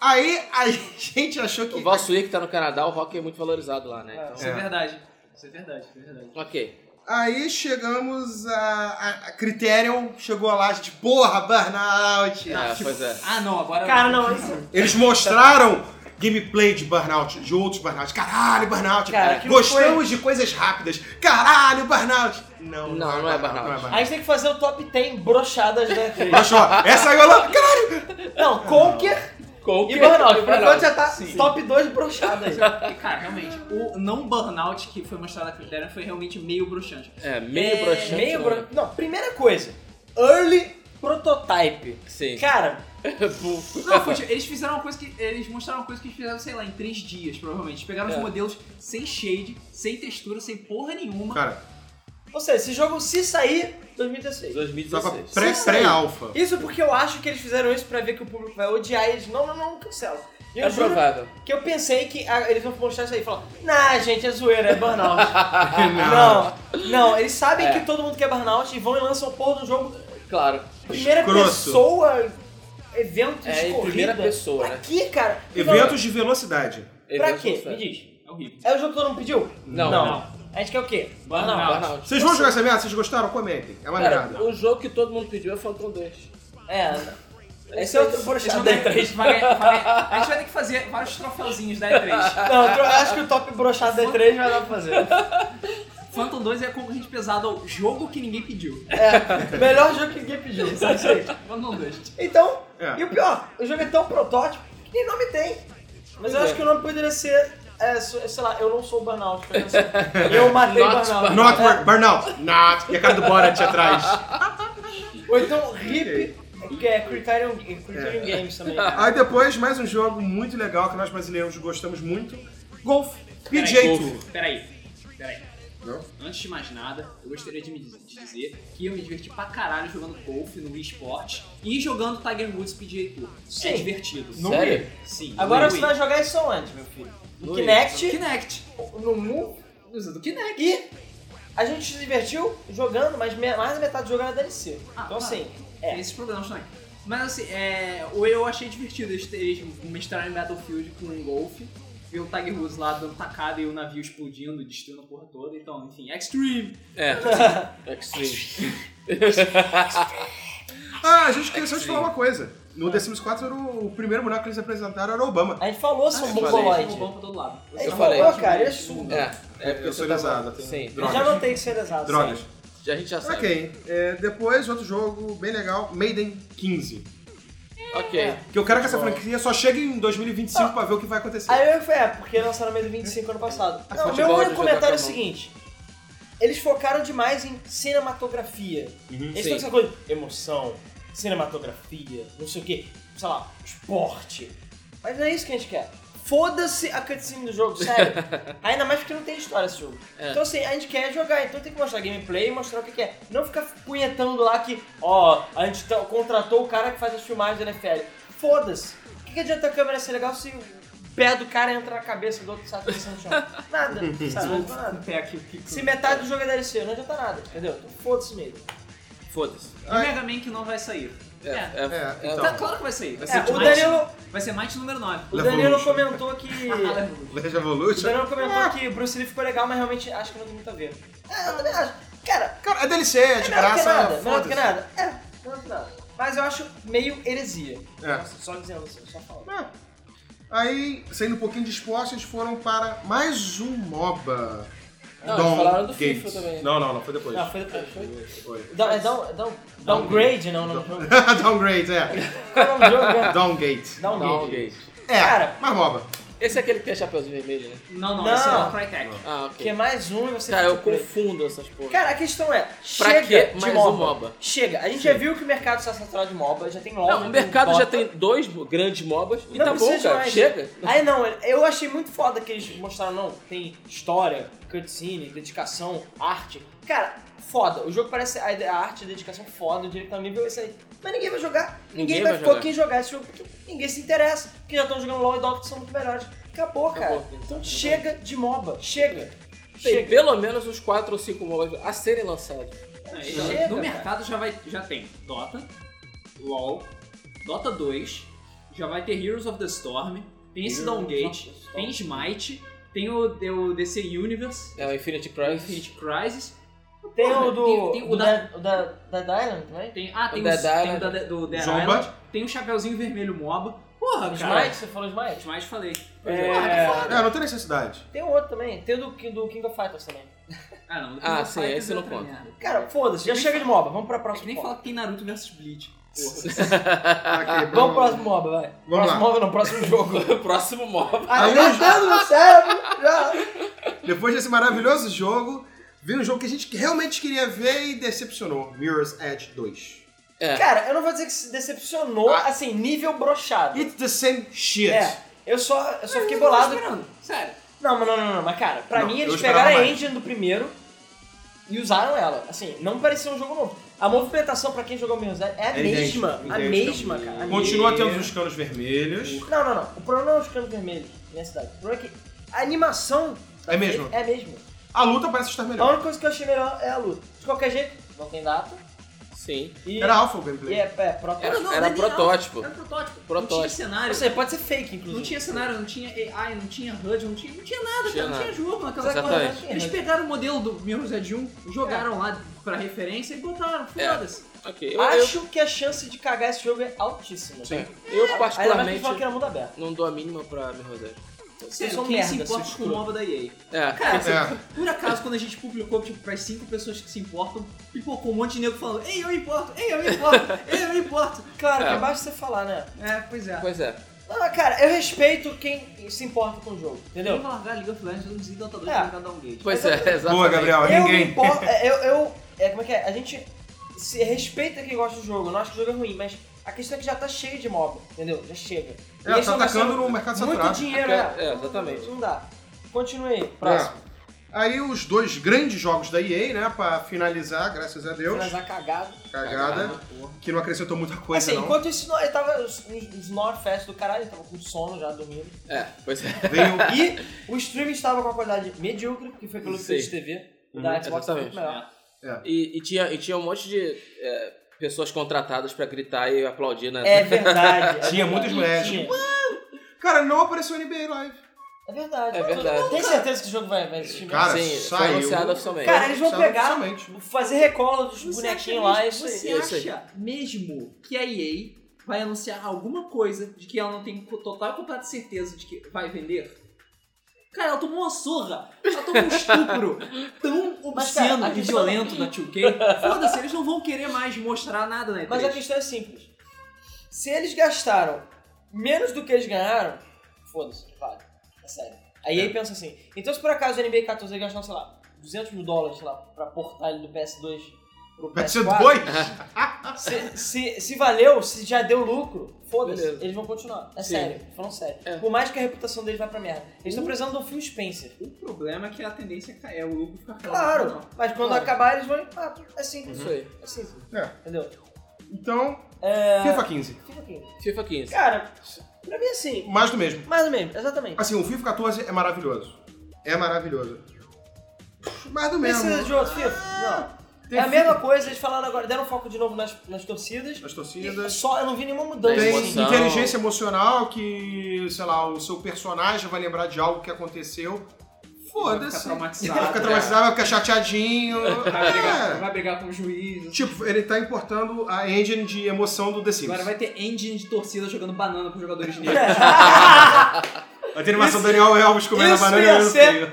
Speaker 3: Aí a [LAUGHS] gente achou que.
Speaker 2: O Valsuí que tá no Canadá, o rock é muito valorizado lá, né? Então,
Speaker 1: Isso é. verdade. Isso é verdade, isso é verdade.
Speaker 2: ok.
Speaker 3: Aí chegamos a, a, a Criterion, chegou lá, a gente, porra, Burnout!
Speaker 4: tipo,
Speaker 2: É, pois é.
Speaker 1: Ah, não, agora...
Speaker 4: Cara, não, isso.
Speaker 3: Eles mostraram gameplay de Burnout, de outros Burnout. Caralho, Burnout!
Speaker 4: Cara, aquilo
Speaker 3: Gostamos de coisas rápidas. Caralho, Burnout! Não,
Speaker 2: Não, não
Speaker 3: Não
Speaker 2: é
Speaker 3: é
Speaker 2: Burnout.
Speaker 4: A
Speaker 3: Burnout.
Speaker 4: gente tem que fazer o top 10 brochadas da E3.
Speaker 3: Achou? Essa aí eu lá, caralho!
Speaker 4: Não, Conker e
Speaker 2: Coke
Speaker 4: Burnout. O Burnout
Speaker 2: Burnout.
Speaker 4: já tá top 2 brochadas.
Speaker 1: E, Cara, realmente, o não burnout que foi mostrado na Criterion foi realmente meio bruxante.
Speaker 2: É, meio
Speaker 4: É,
Speaker 2: broxante.
Speaker 4: Meio
Speaker 2: né?
Speaker 4: bro... Não, primeira coisa. Early prototype.
Speaker 2: Sim. [LAUGHS]
Speaker 4: Cara,
Speaker 1: Não, foi, tipo, eles fizeram uma coisa que. Eles mostraram uma coisa que eles fizeram, sei lá, em três dias, provavelmente. Pegaram
Speaker 2: É.
Speaker 1: os modelos sem shade, sem textura, sem porra nenhuma.
Speaker 3: Cara,
Speaker 4: ou seja, esse jogo se sair, 2016.
Speaker 3: tava
Speaker 2: 2016.
Speaker 3: pré- pré-alpha.
Speaker 4: Isso porque eu acho que eles fizeram isso pra ver que o público vai odiar eles. Não, não, não, cancela. E eu
Speaker 2: É
Speaker 4: juro
Speaker 2: provável.
Speaker 4: que eu pensei que ah, eles vão mostrar isso aí e falar, nah, gente, é zoeira, é
Speaker 2: [LAUGHS]
Speaker 4: burnout.
Speaker 3: Não.
Speaker 4: Ah, não, não, eles sabem
Speaker 2: É.
Speaker 4: que todo mundo quer burnout e vão e lançam o porra do jogo
Speaker 2: Claro.
Speaker 4: primeira
Speaker 3: Escroto.
Speaker 4: pessoa, evento
Speaker 2: É,
Speaker 4: de
Speaker 2: em
Speaker 4: corrida.
Speaker 2: primeira pessoa, né?
Speaker 4: Aqui, cara. então,
Speaker 3: Eventos de velocidade.
Speaker 4: Pra
Speaker 2: Evento
Speaker 4: quê?
Speaker 2: sucesso.
Speaker 4: Me diz.
Speaker 1: É horrível.
Speaker 4: É o jogo que todo mundo pediu?
Speaker 2: Não,
Speaker 4: A gente quer o quê?
Speaker 1: Burnout.
Speaker 2: Burnout.
Speaker 3: Vocês vão jogar essa merda? Vocês gostaram? Comentem. É uma merda.
Speaker 2: Cara, o jogo que todo mundo pediu é Phantom 2.
Speaker 4: É. Esse é outro
Speaker 1: Esse
Speaker 4: brochado
Speaker 1: jogo
Speaker 4: da
Speaker 1: vai- a
Speaker 4: E3.
Speaker 1: gente vai ganhar- vai ganhar- a gente vai ter que fazer vários troféuzinhos né, da E3.
Speaker 4: [LAUGHS] Não, eu acho que o top brochado da E3 vai dar pra fazer.
Speaker 1: Phantom 2 é concorrente pesado ao jogo que ninguém pediu.
Speaker 4: É, melhor jogo que ninguém pediu, sabe isso aí?
Speaker 1: Phantom 2.
Speaker 4: Então,
Speaker 3: É.
Speaker 4: e o pior, o jogo é tão protótipo que nem nome tem. Mas eu
Speaker 2: é.
Speaker 4: acho que o nome poderia ser, é, so- sei lá, eu não sou o Burnout. por exemplo. Eu matei o
Speaker 2: Not
Speaker 4: Burnout.
Speaker 3: Not
Speaker 4: É,
Speaker 3: work, burnout. Not. E a cara do Borat atrás.
Speaker 4: Ou então, RIP, que é Criterion, Criterion Games também. cara.
Speaker 3: Aí depois, mais um jogo muito legal que nós brasileiros gostamos muito. Golf. PJ Tour.
Speaker 1: Peraí, peraí.
Speaker 3: Não?
Speaker 1: Antes de mais nada, eu gostaria de me diz- de dizer que eu me diverti pra caralho jogando golfe no Wii Sports e jogando Tiger Woods PGA Tour. Isso é
Speaker 4: Sim.
Speaker 1: divertido.
Speaker 3: Não
Speaker 2: Sério?
Speaker 1: Sim.
Speaker 4: Agora
Speaker 1: no
Speaker 4: você
Speaker 1: Wii.
Speaker 4: vai jogar isso onde, meu filho? No
Speaker 2: No
Speaker 4: Kinect,
Speaker 1: Kinect.
Speaker 4: no Mu,
Speaker 1: Usa do Kinect.
Speaker 4: e a gente se divertiu jogando, mas me- mais da metade do jogo era DLC.
Speaker 1: Ah,
Speaker 4: Então
Speaker 1: claro.
Speaker 4: assim,
Speaker 1: Tem esses problemas também. Mas assim, é, o- eu achei divertido eles, eles misturarem Battlefield com um golfe. Ver o Tiger Woods lá dando tacada e o navio explodindo, destruindo a porra toda. Então, enfim, Extreme.
Speaker 4: [LAUGHS]
Speaker 2: É. Extreme.
Speaker 3: Ah, a gente esqueceu de falar uma coisa. No The Sims 4, era o o primeiro boneco que eles apresentaram era o Obama.
Speaker 4: a gente falou
Speaker 1: Ah,
Speaker 4: sobre um
Speaker 2: falei,
Speaker 4: mongoloide.
Speaker 1: tipo, é bom pra todo lado.
Speaker 4: A gente
Speaker 2: Eu falei.
Speaker 4: falou, cara, ele é surdo.
Speaker 2: É.
Speaker 3: porque eu sou
Speaker 2: você tá-
Speaker 3: lesado, tenho
Speaker 2: Sim.
Speaker 3: droga.
Speaker 4: Já notei que você é lesado.
Speaker 3: Drogas.
Speaker 4: sim.
Speaker 2: Já- A gente já sabe.
Speaker 3: Ok. É, depois, outro jogo bem legal, Maiden 15.
Speaker 2: Ok.
Speaker 4: É.
Speaker 3: Que eu quero que essa franquia só chegue em 2025 pra ver o que vai acontecer.
Speaker 4: Aí eu falei, é, porque lançaram mesmo 25 ano passado. Não,
Speaker 2: futebol
Speaker 4: meu
Speaker 2: de
Speaker 4: único
Speaker 2: jogar com a
Speaker 4: comentário é o
Speaker 2: mão.
Speaker 4: seguinte. Eles focaram demais em cinematografia. Eles
Speaker 2: Uhum, Sim.
Speaker 4: estão essa coisa, emoção, cinematografia, não sei o que, sei lá, esporte. Mas não é isso que a gente quer. Foda-se a cutscene do jogo, sério. Ainda mais porque não tem história esse jogo.
Speaker 2: É.
Speaker 4: Então assim, a gente quer jogar, então tem que mostrar gameplay e mostrar o que que é. Não ficar punhetando lá que, ó, a gente tá- contratou o cara que faz as filmagens da NFL. Foda-se. O que, que adianta a câmera ser legal se o pé do cara entra na cabeça do outro saco no chão? Nada, sabe? Não adianta nada.
Speaker 1: Até aqui, aqui,
Speaker 4: Ah, Se metade do jogo é DLC, não adianta nada, entendeu? Então foda-se mesmo.
Speaker 2: Foda-se.
Speaker 1: E Mega Man que não vai sair.
Speaker 2: É, é,
Speaker 3: É,
Speaker 2: é-
Speaker 3: então.
Speaker 1: Tá claro que vai sair. Vai
Speaker 4: É,
Speaker 1: ser,
Speaker 4: o
Speaker 1: Might-
Speaker 4: Danilo,
Speaker 1: vai ser Might número 9.
Speaker 4: o
Speaker 3: Level
Speaker 4: Danilo
Speaker 3: Evolution.
Speaker 4: comentou que. O
Speaker 3: Legend Evolution.
Speaker 4: Danilo comentou que Bruce Lee ficou legal, mas realmente acho que não tem muito a ver. É, eu também acho. Cara,
Speaker 3: Cara, é DLC, é
Speaker 4: é
Speaker 3: de
Speaker 4: melhor do que
Speaker 3: graça.
Speaker 4: nada, melhor do
Speaker 3: foda-se.
Speaker 4: que nada. É, melhor do que nada. Mas eu acho meio heresia.
Speaker 3: É.
Speaker 4: Nossa, só dizendo assim, só falando.
Speaker 3: É. Aí, saindo um pouquinho de esporte, eles foram para mais um MOBA.
Speaker 2: Não,
Speaker 3: Don
Speaker 2: eles falaram do
Speaker 3: Gates.
Speaker 2: FIFA também. Ah.
Speaker 3: Não, não, não, foi depois.
Speaker 4: Não, foi depois.
Speaker 3: Foi.
Speaker 4: Dá- é down- down- downgrade, não, não. Qual
Speaker 3: [LAUGHS] Downgrade,
Speaker 2: [LAUGHS]
Speaker 3: é.
Speaker 4: é o nome do jogo? mesmo?
Speaker 3: Downgate.
Speaker 2: Não,
Speaker 4: um Downgrade.
Speaker 2: Gates.
Speaker 3: É,
Speaker 4: Cara.
Speaker 3: marmoba.
Speaker 2: Esse é aquele que tem chapeuzinho vermelho, né?
Speaker 1: Não, não,
Speaker 4: Não.
Speaker 1: esse é o Crytek.
Speaker 2: Ah,
Speaker 4: Que
Speaker 2: ok.
Speaker 4: é mais um e você...
Speaker 2: Cara, eu
Speaker 4: fica com ele.
Speaker 2: confundo essas porra.
Speaker 4: Cara, a questão é,
Speaker 2: Pra
Speaker 4: chega
Speaker 2: que
Speaker 4: de
Speaker 2: mais
Speaker 4: MOBA.
Speaker 2: um MOBA?
Speaker 4: Chega. A gente já viu que o mercado está saturado de MOBA, já tem LOL.
Speaker 2: Não, o mercado já tem dois grandes MOBAs e
Speaker 4: Não
Speaker 2: tá bom,
Speaker 4: precisa
Speaker 2: cara.
Speaker 4: mais. né?
Speaker 2: Chega.
Speaker 4: Aí não, eu achei muito foda que eles mostraram, não, tem história, cutscene, dedicação, arte. Cara, foda. O jogo parece a, a arte, a dedicação foda, o direito tá no nível excelente. Mas ninguém vai jogar, ninguém,
Speaker 2: Ninguém
Speaker 4: vai,
Speaker 2: vai
Speaker 4: ficar
Speaker 2: jogar.
Speaker 4: quem jogar esse jogo, porque ninguém se interessa. Porque já estão jogando LOL e Dota que são muito melhores. Acabou, cara.
Speaker 2: Acabou.
Speaker 4: Então chega de MOBA, chega.
Speaker 2: Tem
Speaker 4: Chega.
Speaker 2: pelo menos uns 4 ou 5 MOBAs a serem lançados.
Speaker 1: É, então,
Speaker 4: Chega,
Speaker 1: no
Speaker 4: cara.
Speaker 1: mercado já, vai, já tem Dota, LoL, Dota 2, já vai ter Heroes of the Storm, tem esse Downgate, tem Smite, tem o, tem o DC Universe,
Speaker 2: É o Infinity
Speaker 1: tem
Speaker 2: Crisis.
Speaker 1: Infinite Crisis,
Speaker 4: Tem
Speaker 1: Porra,
Speaker 4: o do.
Speaker 1: tem- tem o
Speaker 4: do
Speaker 1: da-
Speaker 4: da, o da, né? da Dylan também?
Speaker 1: tem, ah,
Speaker 2: O
Speaker 1: tem
Speaker 2: né?
Speaker 1: o,
Speaker 2: Dead
Speaker 1: tem o
Speaker 2: Island.
Speaker 1: da, do
Speaker 2: É,
Speaker 1: Dead
Speaker 3: Zomba.
Speaker 1: Island, tem o Chapeuzinho Vermelho MOBA, porra, cara.
Speaker 4: Smite? Você falou Smite?
Speaker 1: Smite falei.
Speaker 4: É.
Speaker 1: Porra, que foda.
Speaker 3: É, não tem necessidade.
Speaker 4: Tem outro também. Tem o do, do King of Fighters também.
Speaker 1: Ah, não.
Speaker 2: Ah,
Speaker 1: King of
Speaker 2: sim,
Speaker 1: Fighters
Speaker 2: esse
Speaker 1: é
Speaker 2: não
Speaker 1: outra
Speaker 2: conta.
Speaker 1: merda.
Speaker 4: Cara, foda-se, já chega de MOBA, vamos pra
Speaker 1: É que
Speaker 4: próxima.
Speaker 1: nem
Speaker 4: porra.
Speaker 1: fala que tem Naruto versus Bleach. tá Porra.
Speaker 2: [LAUGHS]
Speaker 3: Ok,
Speaker 4: Vamos pro próximo MOBA, vai.
Speaker 3: Vamos
Speaker 4: próximo
Speaker 3: lá.
Speaker 4: MOBA
Speaker 3: [LAUGHS]
Speaker 4: não, próximo jogo.
Speaker 2: [LAUGHS] Próximo MOBA.
Speaker 3: Aí
Speaker 4: meu
Speaker 3: eu-
Speaker 4: Deus do cérebro! Já.
Speaker 3: Depois desse maravilhoso jogo, vi um jogo que a gente realmente queria ver e decepcionou. Mirror's Edge 2.
Speaker 2: É.
Speaker 4: Cara, eu não vou dizer que se decepcionou,
Speaker 3: Ah.
Speaker 4: assim, nível brochado.
Speaker 3: It's the same shit.
Speaker 4: É, eu só, eu só fiquei
Speaker 1: Eu não tava
Speaker 4: bolado.
Speaker 1: esperando, Sério.
Speaker 4: Não, mas não, não, não, mas cara, pra
Speaker 3: Não,
Speaker 4: mim
Speaker 3: eu
Speaker 4: eles
Speaker 3: esperava
Speaker 4: pegaram a
Speaker 3: mais.
Speaker 4: engine do primeiro e usaram ela. Assim, não parecia um jogo novo. A movimentação pra quem jogou menos é a
Speaker 3: É idêntico,
Speaker 4: mesma, a
Speaker 3: idêntico.
Speaker 4: mesma, cara. a
Speaker 3: Continua
Speaker 4: mesma.
Speaker 3: tendo os canos vermelhos.
Speaker 4: Não, não, não. O problema não é os canos vermelhos nessa cidade. O problema é que a animação
Speaker 2: Tá
Speaker 3: É mesmo?
Speaker 4: é mesmo.
Speaker 3: A luta parece estar
Speaker 4: A
Speaker 3: melhor.
Speaker 4: única coisa que eu achei melhor é a luta. De qualquer jeito, não tem data.
Speaker 2: Sim.
Speaker 4: E,
Speaker 3: Era alpha o
Speaker 4: e
Speaker 3: gameplay.
Speaker 4: é, é protótipo.
Speaker 2: Era,
Speaker 1: não,
Speaker 2: era
Speaker 1: nem
Speaker 2: protótipo.
Speaker 1: Era protótipo. Não tinha
Speaker 2: Protótipo.
Speaker 4: Ou
Speaker 1: cenário.
Speaker 4: seja, pode ser fake, inclusive.
Speaker 1: Não
Speaker 2: Uhum.
Speaker 1: tinha cenário, não tinha AI, não tinha HUD, não tinha, não tinha nada,
Speaker 2: Tinha
Speaker 1: cara, não
Speaker 2: nada.
Speaker 1: tinha jogo naquela
Speaker 2: Exatamente.
Speaker 1: porra. Eles pegaram o modelo do Mirror's Edge 1,
Speaker 4: É.
Speaker 1: jogaram lá pra referência e botaram, foda-se.
Speaker 2: Ok. Eu,
Speaker 4: Acho que a chance de cagar esse jogo é altíssima.
Speaker 2: eu, eu,
Speaker 4: Ainda mais que
Speaker 2: particularmente
Speaker 4: falam que era mundo aberto.
Speaker 2: não dou a mínima pra Mirror's Edge.
Speaker 1: Sério,
Speaker 4: são
Speaker 1: quem
Speaker 4: merda,
Speaker 1: se importa
Speaker 4: seus
Speaker 1: com o
Speaker 4: escroto.
Speaker 1: MOBA da EA?
Speaker 2: É.
Speaker 1: Cara,
Speaker 3: É.
Speaker 1: por acaso, quando a gente publicou, tipo, pras cinco pessoas que se importam, pipocou um monte de nego falando, ei, eu me importo, ei, eu me importo, ei, eu me importo.
Speaker 4: Claro,
Speaker 2: É.
Speaker 4: que é baixo você falar, né?
Speaker 1: É, pois é.
Speaker 2: Pois é.
Speaker 4: Não, cara, eu respeito quem se importa com o jogo, entendeu?
Speaker 1: Vamos largar League of Legends, vamos ir Dota 2
Speaker 4: É.
Speaker 1: pra um jogar Downgate.
Speaker 2: Pois é, exatamente.
Speaker 3: Boa, Gabriel.
Speaker 4: Eu me
Speaker 3: Ninguém.
Speaker 4: importo. é, Eu, eu- é, como é que é? A gente se respeita quem gosta do jogo. Eu não acho que o jogo é ruim, mas a questão é que já tá cheio de mob, entendeu? Já chega. E
Speaker 3: tá
Speaker 4: eles tão
Speaker 3: atacando
Speaker 4: gastando
Speaker 3: no mercado
Speaker 4: Muito
Speaker 3: saturado.
Speaker 4: dinheiro,
Speaker 2: Aca-
Speaker 4: né?
Speaker 2: é, exatamente.
Speaker 4: Não dá. Continue aí, próximo.
Speaker 3: É. Aí os dois grandes jogos da EA, né, pra finalizar, graças a Deus,
Speaker 4: Mas a cagada.
Speaker 3: cagada, que não acrescentou muita coisa
Speaker 4: Assim,
Speaker 3: não.
Speaker 4: enquanto isso, eu tava no Snorefest do caralho, eu tava com sono já dormindo.
Speaker 2: É, pois é.
Speaker 3: Veio
Speaker 4: E o stream estava com a qualidade medíocre, que foi pelo
Speaker 2: Sei.
Speaker 4: Twitch TV. Da
Speaker 2: Uhum,
Speaker 4: Xbox
Speaker 2: exatamente.
Speaker 4: muito melhor.
Speaker 2: E, e tinha, e tinha um monte de é, pessoas contratadas pra gritar e aplaudir, né?
Speaker 4: É verdade. é
Speaker 3: [LAUGHS] Tinha
Speaker 4: verdade.
Speaker 3: muitas mulheres.
Speaker 4: Tinha.
Speaker 3: Cara, não apareceu NBA Live.
Speaker 4: É verdade.
Speaker 2: É verdade.
Speaker 4: Tem certeza que o jogo vai, vai existir mesmo?
Speaker 3: Cara,
Speaker 2: Sim, foi
Speaker 3: saiu.
Speaker 2: anunciado oficialmente.
Speaker 4: Cara, eles vão
Speaker 3: Sabe,
Speaker 4: pegar,
Speaker 3: oficialmente.
Speaker 4: fazer recola dos
Speaker 1: Você
Speaker 4: bonequinhos
Speaker 1: acha
Speaker 4: lá,
Speaker 1: mesmo-
Speaker 4: isso aí.
Speaker 1: Você
Speaker 2: isso aí.
Speaker 1: acha mesmo que a EA vai anunciar alguma coisa de que ela não tem co- total e completa certeza de que vai vender? Cara, ela tomou uma surra. Ela tomou um
Speaker 4: [LAUGHS]
Speaker 1: estupro tão
Speaker 4: Mas, cara,
Speaker 1: obsceno
Speaker 4: a
Speaker 1: e
Speaker 4: questão- é
Speaker 1: violento da 2K. Foda-se, eles não vão querer mais mostrar nada na E3.
Speaker 4: Mas a questão é simples. Se eles gastaram menos do que eles ganharam, foda-se, vale. É sério. Aí ele pensa assim, então se por acaso o NBA 14 eles gastaram, sei lá, 200 mil dólares, sei lá, pra portar ele do PS2 pro
Speaker 3: Vai ser
Speaker 4: PS4...
Speaker 3: dois.
Speaker 4: Se, se, se valeu, se já deu lucro, foda-se,
Speaker 2: Beleza.
Speaker 4: eles vão continuar. É
Speaker 2: Sim.
Speaker 4: sério, falando sério.
Speaker 2: É.
Speaker 4: Por mais que a reputação deles vá pra merda. Eles estão precisando do Phil Spencer.
Speaker 1: O problema é que a tendência é ca- é o lucro ficar caindo.
Speaker 4: Claro,
Speaker 1: Não.
Speaker 4: mas quando
Speaker 2: Claro. Uhum.
Speaker 4: acabar eles vão... Ah, é simples,
Speaker 2: Isso aí.
Speaker 4: é simples,
Speaker 3: É.
Speaker 4: entendeu?
Speaker 3: Então,
Speaker 4: É...
Speaker 3: FIFA 15.
Speaker 4: Fica aqui.
Speaker 2: FIFA 15.
Speaker 4: Cara, pra mim assim,
Speaker 3: Mais do mesmo.
Speaker 4: mais ou menos, exatamente.
Speaker 3: Assim, o FIFA 14 é maravilhoso. É maravilhoso. Mais do mesmo.
Speaker 4: Precisa de outro FIFA? Não.
Speaker 3: Tem
Speaker 4: É a
Speaker 3: FIFA
Speaker 4: mesma coisa, eles falaram agora, deram um foco de novo nas, nas torcidas.
Speaker 3: As
Speaker 4: E
Speaker 3: torcidas.
Speaker 4: só, eu não vi nenhuma mudança. Assim,
Speaker 3: Tem
Speaker 2: emoção.
Speaker 3: inteligência emocional que, sei lá, o seu personagem vai lembrar de algo que aconteceu.
Speaker 1: Vai ficar
Speaker 3: Foda-se.
Speaker 1: traumatizado.
Speaker 3: Vai ficar traumatizado, vai ficar chateadinho.
Speaker 4: [LAUGHS] Tá
Speaker 1: Vai brigar,
Speaker 3: É.
Speaker 1: vai brigar com o juiz.
Speaker 3: Tipo, ele tá importando a engine de emoção do The Sims.
Speaker 1: Agora vai ter engine de torcida jogando banana pros
Speaker 4: [LAUGHS] É.
Speaker 1: jogadores negros.
Speaker 3: Vai ter animação do Daniel Elvis comendo a
Speaker 4: isso
Speaker 3: banana.
Speaker 4: ia
Speaker 3: e eu não
Speaker 4: ser-
Speaker 3: sei.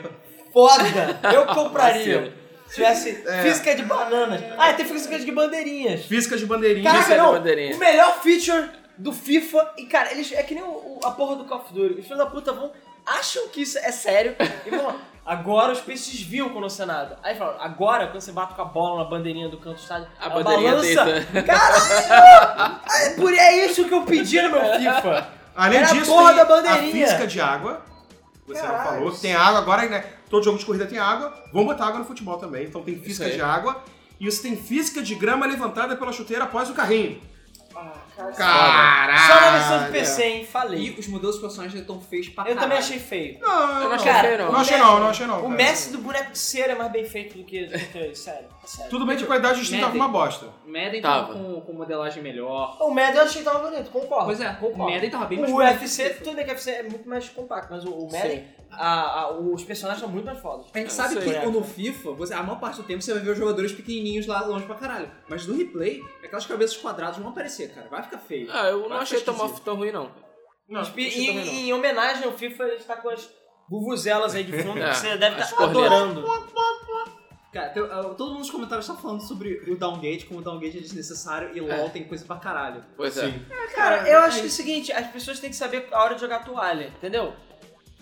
Speaker 4: foda. Eu compraria. Se tivesse
Speaker 3: É.
Speaker 4: física de bananas. Ah, tem física de bandeirinhas.
Speaker 3: Física de bandeirinha.
Speaker 4: Caraca,
Speaker 2: Física de
Speaker 4: não.
Speaker 2: bandeirinha.
Speaker 4: O melhor feature do FIFA. E, cara, eles é que nem o- o- a porra do Call of Duty. Os filhos da puta vão. Acham que isso é sério.
Speaker 2: [LAUGHS]
Speaker 4: E vão. Agora os peixes desviam quando você é nada. Aí falam, agora quando você bate com a bola na bandeirinha do canto do estádio,
Speaker 2: A
Speaker 4: ela
Speaker 2: bandeirinha
Speaker 4: balança.
Speaker 2: deita.
Speaker 4: Caralho! É por é isso que eu pedi no meu FIFA.
Speaker 3: Além
Speaker 4: Era a
Speaker 3: disso,
Speaker 4: porra
Speaker 3: tem
Speaker 4: da bandeirinha.
Speaker 3: a física de água. Você não
Speaker 4: Caralho.
Speaker 3: falou. Tem água agora, né? Todo jogo de corrida tem água. Vamos botar água no futebol também. Então tem física
Speaker 2: aí.
Speaker 3: de água. E você tem física de grama levantada pela chuteira após o carrinho.
Speaker 2: Ah,
Speaker 3: Caralho!
Speaker 4: Só na versão do PC, hein? Falei.
Speaker 1: E os modelos de personagens estão feios pra
Speaker 4: Eu
Speaker 1: caralho.
Speaker 4: também achei feio.
Speaker 3: Não,
Speaker 2: Eu não
Speaker 3: não
Speaker 2: achei
Speaker 4: Cara,
Speaker 2: feio, não.
Speaker 3: Não achei não, não achei não.
Speaker 4: O
Speaker 3: cara.
Speaker 4: Messi do boneco de cera é mais bem feito do que do que- sério. é sério.
Speaker 3: Tudo bem que a qualidade de tava
Speaker 1: Médio.
Speaker 3: uma bosta.
Speaker 1: Madden
Speaker 2: Tava.
Speaker 1: tava com, com modelagem melhor.
Speaker 4: O Madden eu achei que tava bonito, concordo.
Speaker 1: Pois é, o
Speaker 4: concordo.
Speaker 1: Madden tava bem mais
Speaker 4: O
Speaker 1: bonito.
Speaker 4: UFC, tudo bem que o UFC é muito mais compacto, mas o, o Madden, a- a- os personagens são muito mais fodas.
Speaker 1: A gente sabe
Speaker 2: sei,
Speaker 1: que
Speaker 4: é.
Speaker 1: no FIFA, você- a maior parte do tempo você vai ver os jogadores pequenininhos lá longe pra caralho. Mas no replay, aquelas cabeças quadradas vão aparecer, cara. Vai ficar feio.
Speaker 2: Ah, eu não
Speaker 1: Vai
Speaker 2: achei
Speaker 1: ficar
Speaker 2: tão, mal-
Speaker 1: esquisito.
Speaker 2: tão ruim, não.
Speaker 3: Não,
Speaker 4: E, e- e em homenagem ao FIFA, a gente tá com as buvuzelas aí de fundo,
Speaker 2: É,
Speaker 4: que você deve
Speaker 2: as
Speaker 4: estar
Speaker 2: cornetas.
Speaker 4: adorando.
Speaker 1: Cara, tem- ah, todo mundo nos comentários tá falando sobre o downgate, como o downgate é desnecessário e LOL tem coisa pra caralho.
Speaker 2: Pois é.
Speaker 3: Sim.
Speaker 4: Cara, eu acho que é o seguinte, as pessoas têm que saber a hora de jogar toalha, entendeu?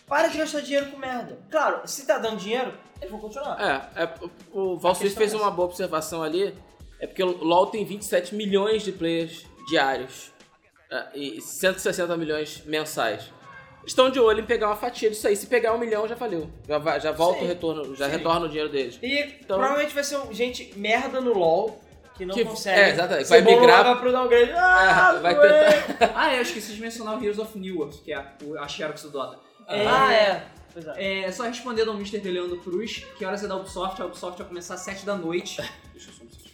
Speaker 4: Para de gastar dinheiro com merda. Claro, se tá dando dinheiro, eles vão continuar.
Speaker 2: É, é, o o Valsir
Speaker 4: questão
Speaker 2: fez
Speaker 4: é
Speaker 2: uma boa observação ali. É porque o LoL tem 27 milhões de players diários é, e 160 milhões mensais. Estão de olho em pegar uma fatia disso aí. Se pegar um milhão, já valeu. Já, va- já volta
Speaker 4: Sim.
Speaker 2: o retorno, já
Speaker 4: Sim.
Speaker 2: retorna o dinheiro deles.
Speaker 4: E
Speaker 2: Então-
Speaker 4: provavelmente vai ser um- gente merda no LoL que não
Speaker 2: Que-
Speaker 4: consegue.
Speaker 2: é, exatamente,
Speaker 4: ser
Speaker 2: vai
Speaker 4: bom no
Speaker 2: migrar-
Speaker 4: LoL, pro downgrade. Ah,
Speaker 2: É, vai
Speaker 4: doeu.
Speaker 1: [LAUGHS] ah, é, eu esqueci de mencionar o Heroes of New World, que é a, o- a Xerox do Dota. É,
Speaker 4: Ah, é. Pois é.
Speaker 1: É só respondendo ao Mr. Deleandro Cruz, que horas é da Ubisoft? A Ubisoft vai começar às 7 da noite.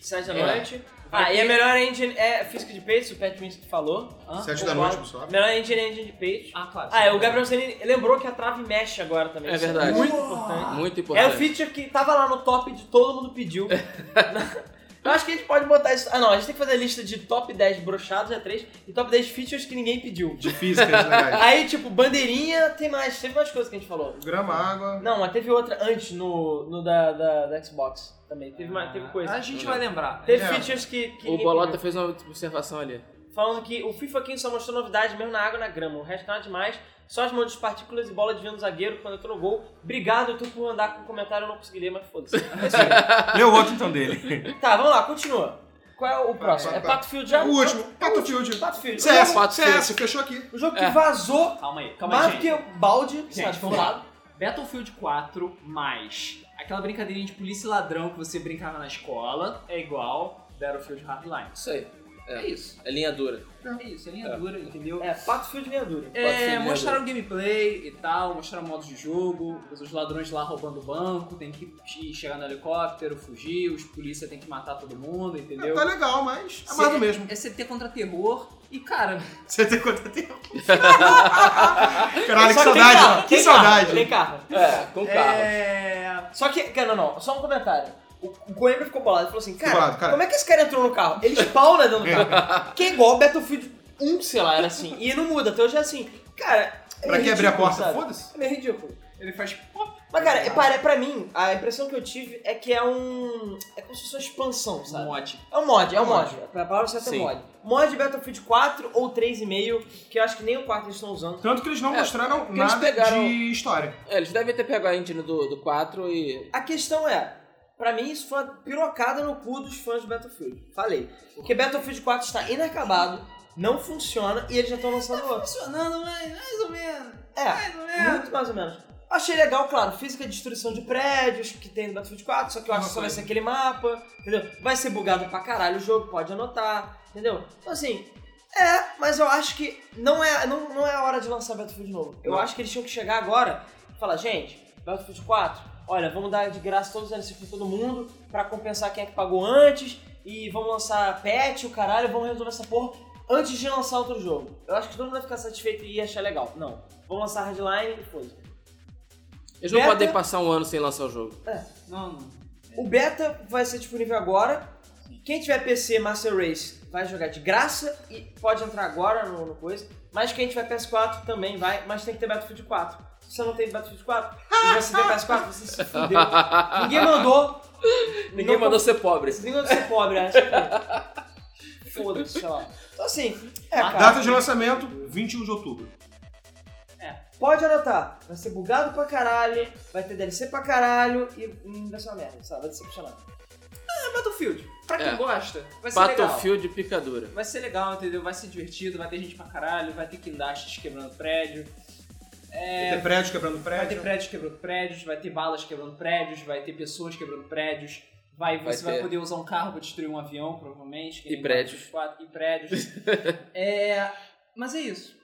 Speaker 4: Sete da
Speaker 2: É.
Speaker 4: noite. Ah, e a melhor engine é física de peixe, o Pat Winston falou. Ah,
Speaker 3: Sete da
Speaker 4: concordo.
Speaker 3: noite, pessoal.
Speaker 4: Melhor engine é engine de peixe.
Speaker 1: Ah, claro.
Speaker 4: Ah, é, o Gabriel Zanini lembrou que a trave mexe agora também.
Speaker 2: É
Speaker 4: Isso
Speaker 2: verdade.
Speaker 4: Muito importante.
Speaker 2: [LAUGHS] Muito
Speaker 4: É o
Speaker 2: importante.
Speaker 4: feature que tava lá no top de todo mundo
Speaker 2: [LAUGHS]
Speaker 4: pediu. Eu acho que a gente pode botar isso. Ah, não, a gente tem que fazer a lista de top 10 brochados, é 3, e top 10 features que ninguém pediu.
Speaker 3: De física, de
Speaker 4: [LAUGHS]
Speaker 3: verdade.
Speaker 4: Aí, tipo, bandeirinha, tem mais, teve mais coisas que a gente falou.
Speaker 3: Grama, água.
Speaker 4: Não, mas teve outra antes no, no da, da, da Xbox também. Teve, mais, teve coisa.
Speaker 1: A gente vai lembrar.
Speaker 4: Teve
Speaker 3: É.
Speaker 4: features que. que
Speaker 2: o
Speaker 4: ninguém
Speaker 2: Bolota
Speaker 4: pediu.
Speaker 2: fez uma observação ali.
Speaker 4: Falando que o FIFA 15 só mostrou novidade mesmo na água e na grama. O resto nada demais. Só as mãos de partículas e bola de vento do zagueiro quando entrou no gol. Obrigado, tu por andar com o comentário, eu não consegui ler, mas
Speaker 3: [LAUGHS]
Speaker 4: foda-se. É isso aí.
Speaker 3: Lê o outro então dele.
Speaker 4: Tá, vamos lá, continua. Qual é o próximo?
Speaker 3: Vai,
Speaker 4: É
Speaker 3: vai, vai.
Speaker 4: Battlefield já?
Speaker 3: O último, é. Battlefield.
Speaker 4: Battlefield. O
Speaker 3: CS,
Speaker 4: jogo,
Speaker 2: Quatro
Speaker 3: CS, fechou aqui.
Speaker 4: o jogo
Speaker 2: É.
Speaker 4: que vazou
Speaker 1: Calma aí, calma aí,
Speaker 4: mais do
Speaker 1: gente.
Speaker 4: que o balde, sei lá,
Speaker 1: Gente,
Speaker 4: de
Speaker 1: vamos
Speaker 4: furado.
Speaker 1: lá. Battlefield 4 mais aquela brincadeirinha de polícia e ladrão que você brincava na escola é igual Battlefield Hardline.
Speaker 2: Isso aí. É,
Speaker 1: É isso.
Speaker 2: é linha dura.
Speaker 1: É isso, é linha dura, entendeu?
Speaker 4: É, Battlefield meia dura.
Speaker 2: Pode ser
Speaker 1: É,
Speaker 2: mesmo.
Speaker 1: mostraram gameplay e tal, mostraram modos de jogo, os ladrões lá roubando o banco, tem que ir chegar no helicóptero, fugir, os polícia tem que matar todo mundo, entendeu?
Speaker 3: Tá legal, mas é mais do
Speaker 4: [LAUGHS]
Speaker 3: mesmo.
Speaker 1: É CT contra terror e, [LAUGHS] cara,
Speaker 3: Você tem quanto
Speaker 4: [LAUGHS]
Speaker 3: tempo? Caralho, que
Speaker 4: Só tem
Speaker 3: saudade,
Speaker 4: carro,
Speaker 3: mano. Que
Speaker 4: tem carro,
Speaker 3: saudade.
Speaker 4: Tem carro.
Speaker 2: É, com carro.
Speaker 1: é...
Speaker 4: Só que, cara, não, não, só um comentário. O o Coimbra ficou bolado, ele falou assim, cara,
Speaker 3: bolado, cara.
Speaker 4: como é que esse cara entrou no carro? Ele spawna dentro do carro. que é igual o Battlefield 1, sei lá, era assim. E não muda, até hoje é assim. Cara, é
Speaker 3: Pra que abrir a
Speaker 4: ridículo,
Speaker 3: porta?
Speaker 4: sabe?
Speaker 3: Foda-se.
Speaker 4: É meio ridículo.
Speaker 1: ele faz pop.
Speaker 4: Mas, cara, é para, pra mim, a impressão que eu tive é que é um... É como se fosse uma expansão, sabe?
Speaker 1: Mod.
Speaker 4: É um mod, é um mod. A palavra certa
Speaker 2: Sim.
Speaker 4: é mod. Mod de Battlefield 4 ou 3,5, que eu acho que nem o 4 eles estão usando.
Speaker 3: Tanto que eles não
Speaker 2: É,
Speaker 3: mostraram
Speaker 2: eles
Speaker 3: nada
Speaker 2: pegaram-
Speaker 3: de história.
Speaker 2: É, eles devem ter pego a engine do, do 4 e.
Speaker 4: A questão é, pra mim isso foi uma pirocada no cu dos fãs de Battlefield. Falei. Porque Battlefield 4 está inacabado, não funciona e eles já estão lançando outro.
Speaker 1: Funcionando, mas mais ou menos,
Speaker 4: É,
Speaker 1: mais ou
Speaker 4: muito mais ou menos. Achei legal, claro, física de destruição de prédios que tem no Battlefield 4, só que eu acho que só vai ser aquele mapa, entendeu? Vai ser bugado pra caralho o jogo, pode anotar, entendeu? Então assim, é, mas eu acho que não é, não, não é a hora de lançar Battlefield novo. Eu acho que eles tinham que chegar agora e falar, gente, Battlefield 4, olha, vamos dar de graça todos os DLCs pra todo mundo, pra compensar quem é que pagou antes, e vamos lançar patch, o caralho, vamos resolver essa porra antes de lançar outro jogo. Eu acho que todo mundo vai ficar satisfeito e achar legal. Não, vamos lançar Hardline e foi.
Speaker 2: Eles não
Speaker 4: Beta-
Speaker 2: podem passar um ano sem lançar o jogo.
Speaker 4: É.
Speaker 1: Não, não.
Speaker 4: O beta vai ser disponível agora. Quem tiver PC Master Race vai jogar de graça e pode entrar agora no, no coisa. Mas quem tiver PS4 também vai, mas tem que ter Battlefield 4. você não tem Battlefield 4? E você tem PS4? Você se fudeu. Ninguém mandou.
Speaker 2: [LAUGHS] Ninguém
Speaker 4: Não-
Speaker 2: mandou ser pobre.
Speaker 4: Ninguém mandou ser pobre, acho que. Foda-se, sei lá. Então assim, é,
Speaker 2: Ah,
Speaker 4: cara.
Speaker 3: Data de lançamento, 21 de outubro.
Speaker 4: Pode anotar. Vai ser bugado pra caralho, vai ter DLC pra caralho e hum, vai ser uma merda, sabe? Vai decepcionar.
Speaker 1: É Battlefield. Pra quem
Speaker 2: É.
Speaker 1: gosta, vai ser legal.
Speaker 2: Battlefield picadura.
Speaker 1: Vai ser legal, entendeu? Vai ser divertido, vai ter gente pra caralho, vai ter guindastes quebrando prédio,
Speaker 3: Vai ter prédio quebrando
Speaker 1: vai ter
Speaker 3: prédio.
Speaker 1: prédios quebrando prédios, vai ter balas quebrando prédios, vai ter pessoas quebrando prédios. Vai,
Speaker 2: Vai
Speaker 1: você vai
Speaker 2: ter.
Speaker 1: poder usar um carro pra destruir um avião, provavelmente. que
Speaker 2: E
Speaker 1: nem
Speaker 2: prédios.
Speaker 1: Battlefield 4, e
Speaker 2: [LAUGHS]
Speaker 1: prédios. é, mas é isso.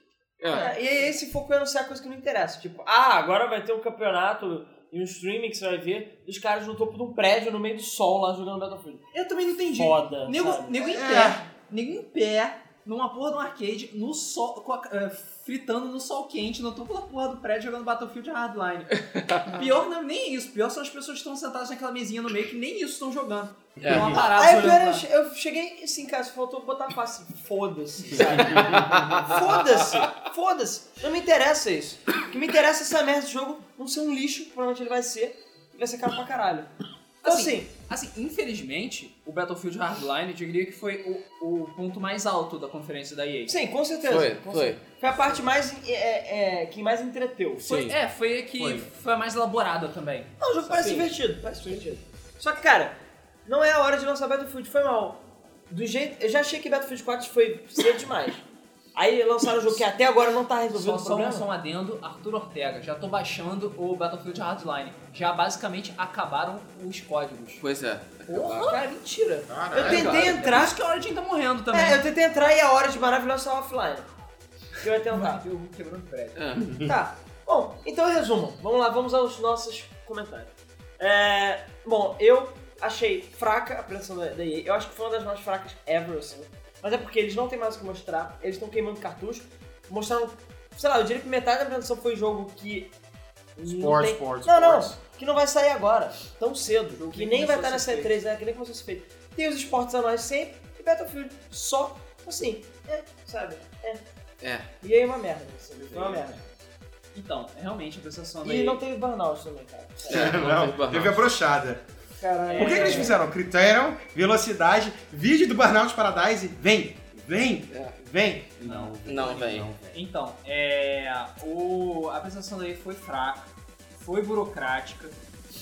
Speaker 2: É.
Speaker 4: É, e aí esse foco é anunciar coisa que não interessa. Tipo, ah, agora vai ter um campeonato e um streaming que você vai ver dos caras no topo de um prédio, no meio do sol, lá jogando Battlefield.
Speaker 1: Eu também não entendi.
Speaker 4: Foda.
Speaker 1: Nego,
Speaker 4: sabe?
Speaker 1: nego em
Speaker 3: É.
Speaker 1: pé. Nego em pé, numa porra de um arcade, no sol, com a- eh, fritando no sol quente, no topo da porra do prédio, jogando Battlefield Hardline. pior não, nem isso. Pior são as pessoas que estão sentadas naquela mesinha no meio que nem isso estão jogando.
Speaker 2: É.
Speaker 1: É uma parada.
Speaker 4: Aí
Speaker 1: olhando
Speaker 4: eu, era,
Speaker 1: lá.
Speaker 4: eu cheguei assim, cara, só faltou botar a face.
Speaker 2: [LAUGHS]
Speaker 4: Foda-se, sabe? foda-se, foda-se. Não me interessa isso. O que me interessa é essa merda de jogo não ser um lixo, que provavelmente ele vai ser, e vai ser caro pra caralho. Então
Speaker 1: Assim,
Speaker 4: assim,
Speaker 1: Assim, infelizmente, o Battlefield Hardline, eu diria que foi o, o ponto mais alto da conferência da EA.
Speaker 4: sim, com certeza.
Speaker 2: Foi,
Speaker 4: com
Speaker 2: foi.
Speaker 4: Foi a parte mais. É, é, que mais entreteu.
Speaker 1: Foi-
Speaker 2: Sim.
Speaker 1: é, foi a que
Speaker 3: Foi.
Speaker 1: foi, a mais elaborada também.
Speaker 4: Não, o jogo parece
Speaker 1: Sim.
Speaker 4: divertido, parece divertido. Só que, cara, não é a hora de lançar Battlefield, foi mal. Do jeito. Eu já achei que Battlefield 4 foi cedo demais. Aí lançaram o jogo que até agora não tá resolvendo
Speaker 1: Só,
Speaker 4: o
Speaker 1: só, um,
Speaker 4: problema.
Speaker 1: só um adendo, Arthur Ortega, já tô baixando o Battlefield Hardline. Já basicamente acabaram os códigos.
Speaker 2: Pois é.
Speaker 1: Porra, cara, mentira.
Speaker 4: Eu
Speaker 3: Caralho.
Speaker 4: tentei
Speaker 2: cara.
Speaker 4: entrar.
Speaker 1: Acho que a Origin tá morrendo também.
Speaker 4: É, eu tentei entrar e a hora de maravilhosa offline. Eu ia tentar.
Speaker 1: Eu quebrando prédio.
Speaker 2: É.
Speaker 4: Tá. Bom, então eu resumo. Vamos lá, vamos aos nossos comentários. É, bom, eu achei fraca a apresentação da, da EA. Eu acho que foi uma das mais fracas ever, assim. Mas é porque eles não têm mais o que mostrar, eles estão queimando cartucho. Mostraram, sei lá, eu diria que metade da apresentação foi jogo que. não
Speaker 3: Esporte,
Speaker 4: tem-
Speaker 3: esporte,
Speaker 4: Não, não,
Speaker 3: esporte.
Speaker 4: que não vai sair agora, tão cedo,
Speaker 1: Jogo
Speaker 4: que
Speaker 1: que
Speaker 4: nem vai
Speaker 1: começou
Speaker 4: estar
Speaker 1: a
Speaker 4: na
Speaker 1: ser
Speaker 4: C3, né? Que nem começou a ser feito. Tem os esportes anuais sempre e Battlefield só, assim, é, sabe? É.
Speaker 2: É.
Speaker 4: E aí é uma merda, assim, foi uma merda.
Speaker 1: Então, realmente, a prestação da
Speaker 4: E
Speaker 1: EA
Speaker 4: não teve burnout também, cara.
Speaker 3: [LAUGHS]
Speaker 2: é,
Speaker 3: Não, teve a brochada.
Speaker 4: Caralho.
Speaker 3: Por que, que eles fizeram? Critério, velocidade, vídeo do Burnout Paradise, vem, vem, vem.
Speaker 1: Não.
Speaker 2: Não, vem.
Speaker 1: Então, é, o, a apresentação da EA foi fraca, foi burocrática.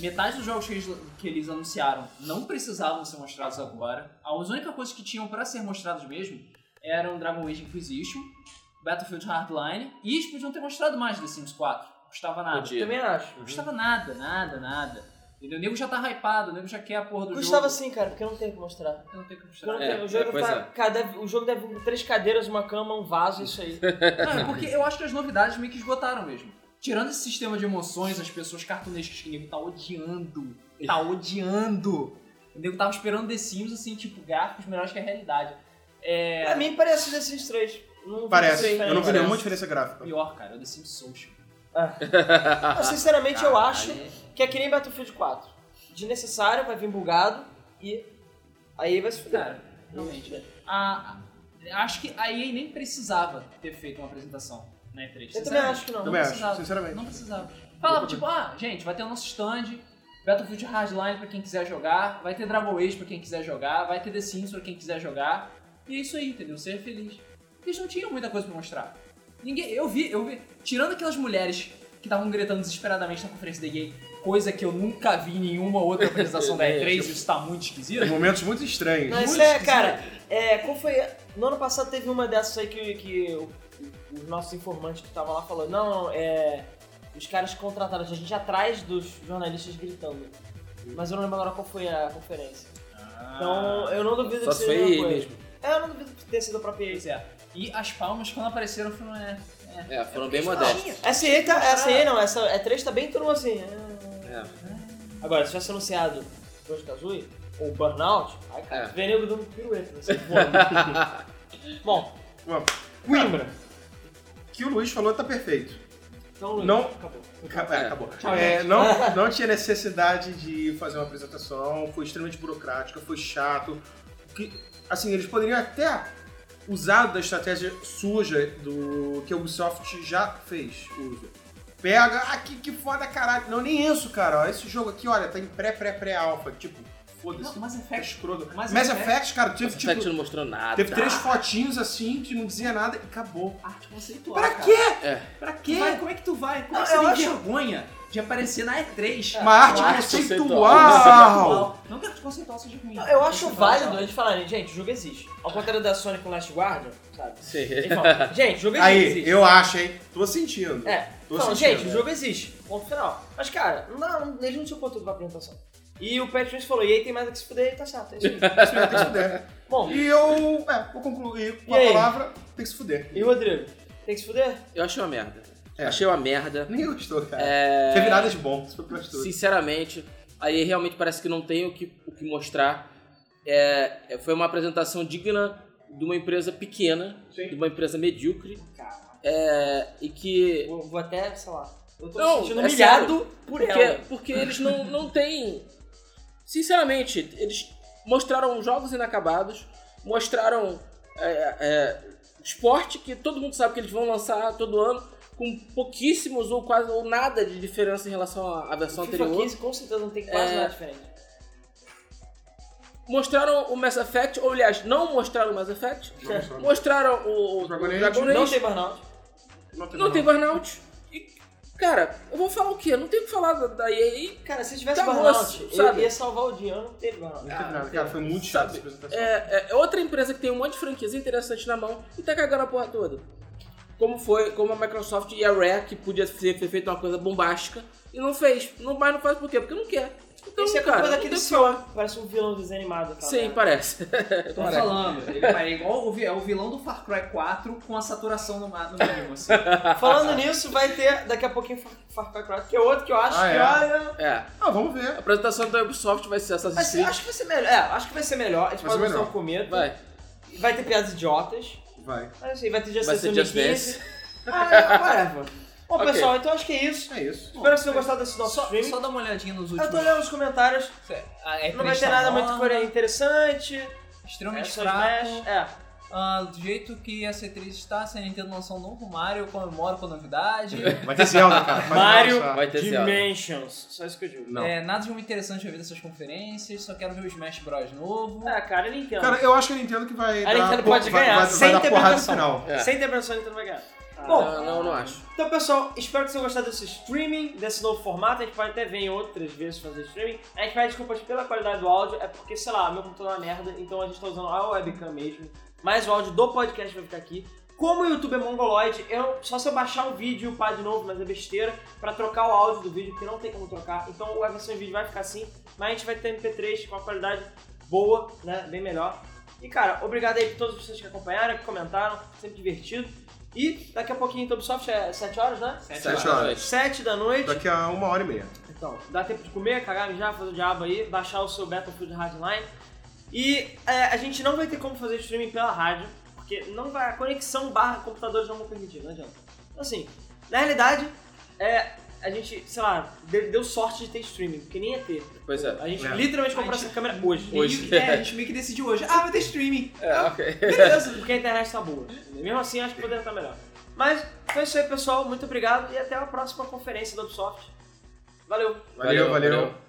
Speaker 1: Metade dos jogos que eles, que eles anunciaram não precisavam ser mostrados agora. As únicas coisas que tinham pra ser mostrados mesmo eram Dragon Age Inquisition, Battlefield Hardline e eles podiam ter mostrado mais The Sims 4. Não custava nada.
Speaker 2: Podia.
Speaker 4: Também acho.
Speaker 1: Não custava nada, nada, nada. Entendeu? O nego já tá hypado, o nego já quer a porra do
Speaker 4: Gustavo
Speaker 1: jogo.
Speaker 4: assim, cara, porque eu não tenho o que mostrar.
Speaker 1: Eu não tenho que
Speaker 4: Porque eu
Speaker 1: mostrar.
Speaker 4: não
Speaker 2: É,
Speaker 4: tenho- o, jogo
Speaker 2: é, pois
Speaker 4: tá,
Speaker 2: é.
Speaker 4: cara, deve- o jogo deve vir três cadeiras, uma cama, um vaso, isso aí.
Speaker 1: Não, é porque eu acho que as novidades meio que esgotaram mesmo. Tirando esse sistema de emoções, as pessoas cartunescas que o nego tá odiando. Tá odiando. O nego tava esperando The Sims, assim, tipo, gráficos melhores que a realidade.
Speaker 4: Pra
Speaker 1: É.
Speaker 4: mim parece The Sims 3. Não vi
Speaker 3: Parece,
Speaker 4: diferença.
Speaker 3: eu não vi
Speaker 2: parece.
Speaker 3: nenhuma diferença gráfica.
Speaker 1: Pior, cara, é o The Sims Social.
Speaker 4: Não, sinceramente, eu acho
Speaker 1: Aí,
Speaker 4: que é que nem Battlefield 4. De necessário, vai vir bugado e aí vai se fuder.
Speaker 1: Cara, realmente. A, a- Ah, acho que a EA nem precisava ter feito uma apresentação na E3.
Speaker 4: Eu também
Speaker 1: sinceramente.
Speaker 4: acho que não.
Speaker 1: Não
Speaker 3: Também acho,
Speaker 1: precisava.
Speaker 3: sinceramente.
Speaker 1: Não precisava. Falava, tipo, ah, gente, vai ter o nosso stand, Battlefield Hardline pra quem quiser jogar, vai ter Dragon Age pra quem quiser jogar, vai ter The Sims pra quem quiser jogar. E é isso aí, entendeu? Seja feliz. Eles não tinham muita coisa pra mostrar. Ninguém, eu vi, eu vi, tirando aquelas mulheres que estavam gritando desesperadamente na conferência da EA, coisa que eu nunca vi em nenhuma
Speaker 4: [LAUGHS]
Speaker 1: outra apresentação da E3, isso tá muito esquisito.
Speaker 3: Momentos muito estranhos.
Speaker 4: Não, isso
Speaker 1: Muito
Speaker 4: é,
Speaker 1: esquisito.
Speaker 4: cara, é, qual foi. No ano passado teve uma dessas aí que, que o- os nossos informantes que estavam lá falou, não, é. Os caras contrataram a gente atrás dos jornalistas gritando. Mas eu não lembro agora qual foi a conferência. Então eu não duvido
Speaker 2: Só
Speaker 4: que
Speaker 2: se
Speaker 4: seja
Speaker 2: foi
Speaker 4: a mesma
Speaker 2: ele
Speaker 4: coisa.
Speaker 2: mesmo.
Speaker 4: É, eu não duvido que tenha sido a própria
Speaker 1: Pois
Speaker 4: EA.
Speaker 1: é. E as palmas quando apareceram foram, é,
Speaker 2: [LAUGHS] É, foram bem modestos.
Speaker 4: Essa EA, tá, essa EA não, essa E3 tá bem todo mundo assim. é.
Speaker 2: É.
Speaker 4: Agora, se tivesse anunciado Banjo Kazooie ou Burnout, aí cara,
Speaker 2: É.
Speaker 4: tu vê nego dando pirueta, assim, voando. Bom,
Speaker 3: Vamos. Coimbra. Que o Luiz falou tá perfeito.
Speaker 4: então Luiz,
Speaker 3: Não.
Speaker 4: acabou.
Speaker 3: Acab- é,
Speaker 2: É.
Speaker 3: Acabou. É, não,
Speaker 1: [LAUGHS]
Speaker 3: não tinha necessidade de fazer uma apresentação, foi extremamente burocrática, foi chato. Que, assim, eles poderiam até usar da estratégia suja do que a Ubisoft já fez uso. pega, ah, que, que foda, caralho. Não, nem isso, cara. ó, Esse jogo aqui, olha, tá em pré-pré-pré-alfa. Tipo,
Speaker 1: Não,
Speaker 3: foda-se.
Speaker 1: Mass
Speaker 3: Tá
Speaker 1: Effect.
Speaker 3: escroto.
Speaker 1: Mass
Speaker 3: Mass,
Speaker 1: Effect-
Speaker 3: Effect, cara, teve,
Speaker 2: Mass Effect
Speaker 3: tipo,
Speaker 2: não mostrou nada.
Speaker 3: teve três fotinhos assim, que não dizia nada e
Speaker 2: [LAUGHS]
Speaker 3: acabou.
Speaker 1: Arte conceitual.
Speaker 3: Pra
Speaker 1: cara.
Speaker 3: quê?
Speaker 2: É.
Speaker 3: Pra quê?
Speaker 1: Que? Vai, como é que tu vai? Como
Speaker 4: Não,
Speaker 1: é que você
Speaker 4: eu
Speaker 1: tem
Speaker 4: acho-
Speaker 1: vergonha de aparecer na E3?
Speaker 3: Uma arte
Speaker 2: Arte
Speaker 3: conceitual.
Speaker 1: Não que a arte conceitual seja ruim.
Speaker 4: Não, eu acho
Speaker 1: Conceitual,
Speaker 4: válido
Speaker 1: não.
Speaker 4: eles falarem, gente, o jogo existe. Ao contrário da Sony com Last Guardian,
Speaker 2: [LAUGHS]
Speaker 4: sabe?
Speaker 2: Sim.
Speaker 4: Eles falam, gente, o jogo existe.
Speaker 3: Aí,
Speaker 4: existe.
Speaker 3: eu acho, hein? Tô sentindo.
Speaker 4: É,
Speaker 3: Tô
Speaker 4: não,
Speaker 3: sentindo,
Speaker 4: gente,
Speaker 3: né?
Speaker 4: o jogo existe. Ponto final. Mas, cara, não, dá- não- eles não se importam com a apresentação. E o Pat Jones falou, e aí tem mais a que se fuder, e tá certo, é isso aí.
Speaker 3: [LAUGHS] Isso mesmo, tem que se fuder.
Speaker 4: Bom,
Speaker 3: É. E eu, é, vou concluir com
Speaker 4: E
Speaker 3: a
Speaker 4: aí?
Speaker 3: palavra, tem que se fuder.
Speaker 4: e o Rodrigo? Tem que se fuder?
Speaker 2: Eu achei uma merda.
Speaker 3: É.
Speaker 2: Achei uma merda.
Speaker 3: Ninguém gostou, cara.
Speaker 2: É...
Speaker 3: Teve nada de bom, isso foi pra tudo.
Speaker 2: Sinceramente, aí realmente parece que não tem o que, o que mostrar. É, é, foi uma apresentação digna de uma empresa pequena,
Speaker 3: Sim.
Speaker 2: de uma empresa medíocre,
Speaker 4: Cara,
Speaker 2: é, e que.
Speaker 4: vou, vou até, sei lá, eu tô
Speaker 2: Não,
Speaker 4: me sentindo
Speaker 2: é
Speaker 4: humilhado por
Speaker 2: Porque,
Speaker 4: ela.
Speaker 2: porque eles não, não têm. Sinceramente, eles mostraram jogos inacabados, mostraram é, é, esporte que todo mundo sabe que eles vão lançar todo ano, com pouquíssimos ou quase ou nada de diferença em relação à à versão
Speaker 4: FIFA
Speaker 2: anterior.
Speaker 4: 15 com certeza não tem quase
Speaker 2: É.
Speaker 4: nada diferente.
Speaker 2: Mostraram o Mass Effect, ou aliás, não mostraram o Mass Effect.
Speaker 4: É.
Speaker 3: Não, não.
Speaker 2: Mostraram o, o
Speaker 3: Dragon Age.
Speaker 2: Dragon Age.
Speaker 4: Não tem burnout.
Speaker 2: Não tem Burnout. E, cara, eu vou falar o quê? Não tem o que falar da, da EA. E,
Speaker 4: Cara, se tivesse
Speaker 2: Tá bom,
Speaker 4: burnout, eu
Speaker 2: sabe?
Speaker 4: ia salvar o dia, eu não teve burnout.
Speaker 3: Não teve nada, cara, foi muito chato essa apresentação.
Speaker 2: É, é- é outra empresa que tem um monte de franquias interessantes na mão e tá cagando a porra toda. Como foi, como a Microsoft e a Rare, que podia ter, ter feito uma coisa bombástica, e não fez. Não, mas não faz por quê? Porque não quer. Então,
Speaker 4: Isso é
Speaker 2: cara,
Speaker 4: culpa
Speaker 2: não tem [LAUGHS]
Speaker 4: daquele
Speaker 2: o que falar.
Speaker 4: senhor, que parece um vilão desanimado. É. aquela
Speaker 2: Sim,
Speaker 4: merda.
Speaker 2: parece.
Speaker 1: Tô falando, ele é igual o, vi- é o vilão do Far Cry 4 com a saturação no, ma- no mínimo, assim.
Speaker 4: Falando nisso, vai ter daqui a pouquinho Far- Far Cry 4, que é outro que eu acho
Speaker 3: Ah,
Speaker 4: que,
Speaker 3: é?
Speaker 4: olha...
Speaker 2: É.
Speaker 3: Ah, vamos
Speaker 2: A
Speaker 3: ver.
Speaker 2: apresentação da Ubisoft vai ser Assassin's
Speaker 4: Mas eu
Speaker 2: Creed.
Speaker 4: acho que vai ser melhor. É, acho que vai ser melhor. A gente
Speaker 3: Vai
Speaker 4: pode
Speaker 3: ser
Speaker 4: mostrar
Speaker 3: melhor.
Speaker 4: um cometa.
Speaker 2: Vai.
Speaker 4: Vai ter piadas idiotas.
Speaker 3: Vai.
Speaker 4: Mas assim, vai ter Just
Speaker 2: Vai
Speaker 4: Dance
Speaker 2: ser Just
Speaker 4: 2015.
Speaker 2: Dance.
Speaker 4: Ah,
Speaker 2: [LAUGHS]
Speaker 4: é, whatever. Bom,
Speaker 2: Ok.
Speaker 4: pessoal, então acho que é isso.
Speaker 3: É isso.
Speaker 4: Espero que vocês tenham gostado desse nosso
Speaker 1: Só,
Speaker 4: streaming.
Speaker 1: só dá uma olhadinha nos
Speaker 4: Eu tô
Speaker 1: últimos.
Speaker 4: olhando os comentários.
Speaker 1: A
Speaker 2: É
Speaker 1: E3
Speaker 4: Não vai ter
Speaker 1: tá
Speaker 4: nada
Speaker 1: morna,
Speaker 4: muito por aí interessante. É,
Speaker 1: Extremamente
Speaker 4: só
Speaker 1: fraco.
Speaker 4: Smash. É.
Speaker 1: Ah, do jeito que a C3 está, se a Nintendo lançar um novo Mario, eu comemoro com a novidade.
Speaker 3: Vai ter Zelda, cara. Mas
Speaker 4: Mario,
Speaker 3: não,
Speaker 2: Vai ter Zelda.
Speaker 4: Dimensions. Só isso que eu digo.
Speaker 3: Não.
Speaker 1: É, nada de muito interessante eu vi dessas conferências, só quero ver o Smash Bros novo.
Speaker 4: Ah, cara, eu não entendo.
Speaker 3: Cara, eu acho que a Nintendo que vai
Speaker 4: A
Speaker 3: dar
Speaker 4: Nintendo
Speaker 3: por-
Speaker 4: pode
Speaker 3: vai-
Speaker 4: ganhar,
Speaker 3: vai, vai
Speaker 4: sem
Speaker 3: dar
Speaker 4: ter
Speaker 3: porrada no
Speaker 4: pretensão.
Speaker 3: final.
Speaker 2: É. Ah,
Speaker 4: Sem intervenção, então vai ganhar. Bom,
Speaker 2: Não, não, não acho.
Speaker 4: Então, pessoal, espero que vocês tenham gostado desse streaming, desse novo formato. A gente pode até vir em outras vezes fazer streaming. A gente pede desculpas pela qualidade do áudio, é porque, sei lá, meu computador é uma merda, então a gente tá usando a webcam mesmo. Mas o áudio do podcast vai ficar aqui. Como o YouTube é mongoloide, eu, só se eu baixar o vídeo pá de novo, mas é besteira, pra trocar o áudio do vídeo, porque não tem como trocar. Então a versão em vídeo vai ficar assim, mas a gente vai ter MP3 com a qualidade boa, né? Bem melhor. E cara, obrigado aí por todos vocês que acompanharam, que comentaram, sempre divertido. E daqui a pouquinho então Ubisoft é 7 horas, né?
Speaker 3: Sete horas.
Speaker 4: 7 da noite.
Speaker 3: Daqui a uma hora e meia.
Speaker 4: Então, dá tempo de comer, cagar, mijar, fazer o diabo aí, baixar o seu Battlefield Hardline. E é, a gente não vai ter como fazer streaming pela rádio, porque não vai, a conexão barra computadores não vão permitir, não adianta. Então, assim, na realidade, é, a gente, sei lá, deu, deu sorte de ter streaming, porque nem ia ter.
Speaker 2: Pois é.
Speaker 4: A gente
Speaker 3: É.
Speaker 4: literalmente comprou
Speaker 1: A gente-
Speaker 4: essa câmera hoje.
Speaker 1: E
Speaker 2: Hoje.
Speaker 1: É, a gente meio que decidiu hoje. Ah, vai ter streaming.
Speaker 2: É, ok.
Speaker 4: [LAUGHS] Beleza, porque a internet tá boa. Mesmo assim, acho que poderia estar melhor. Mas então é foi isso aí, pessoal. Muito obrigado e até a próxima conferência da Ubisoft. Valeu!
Speaker 3: valeu. valeu.
Speaker 2: valeu.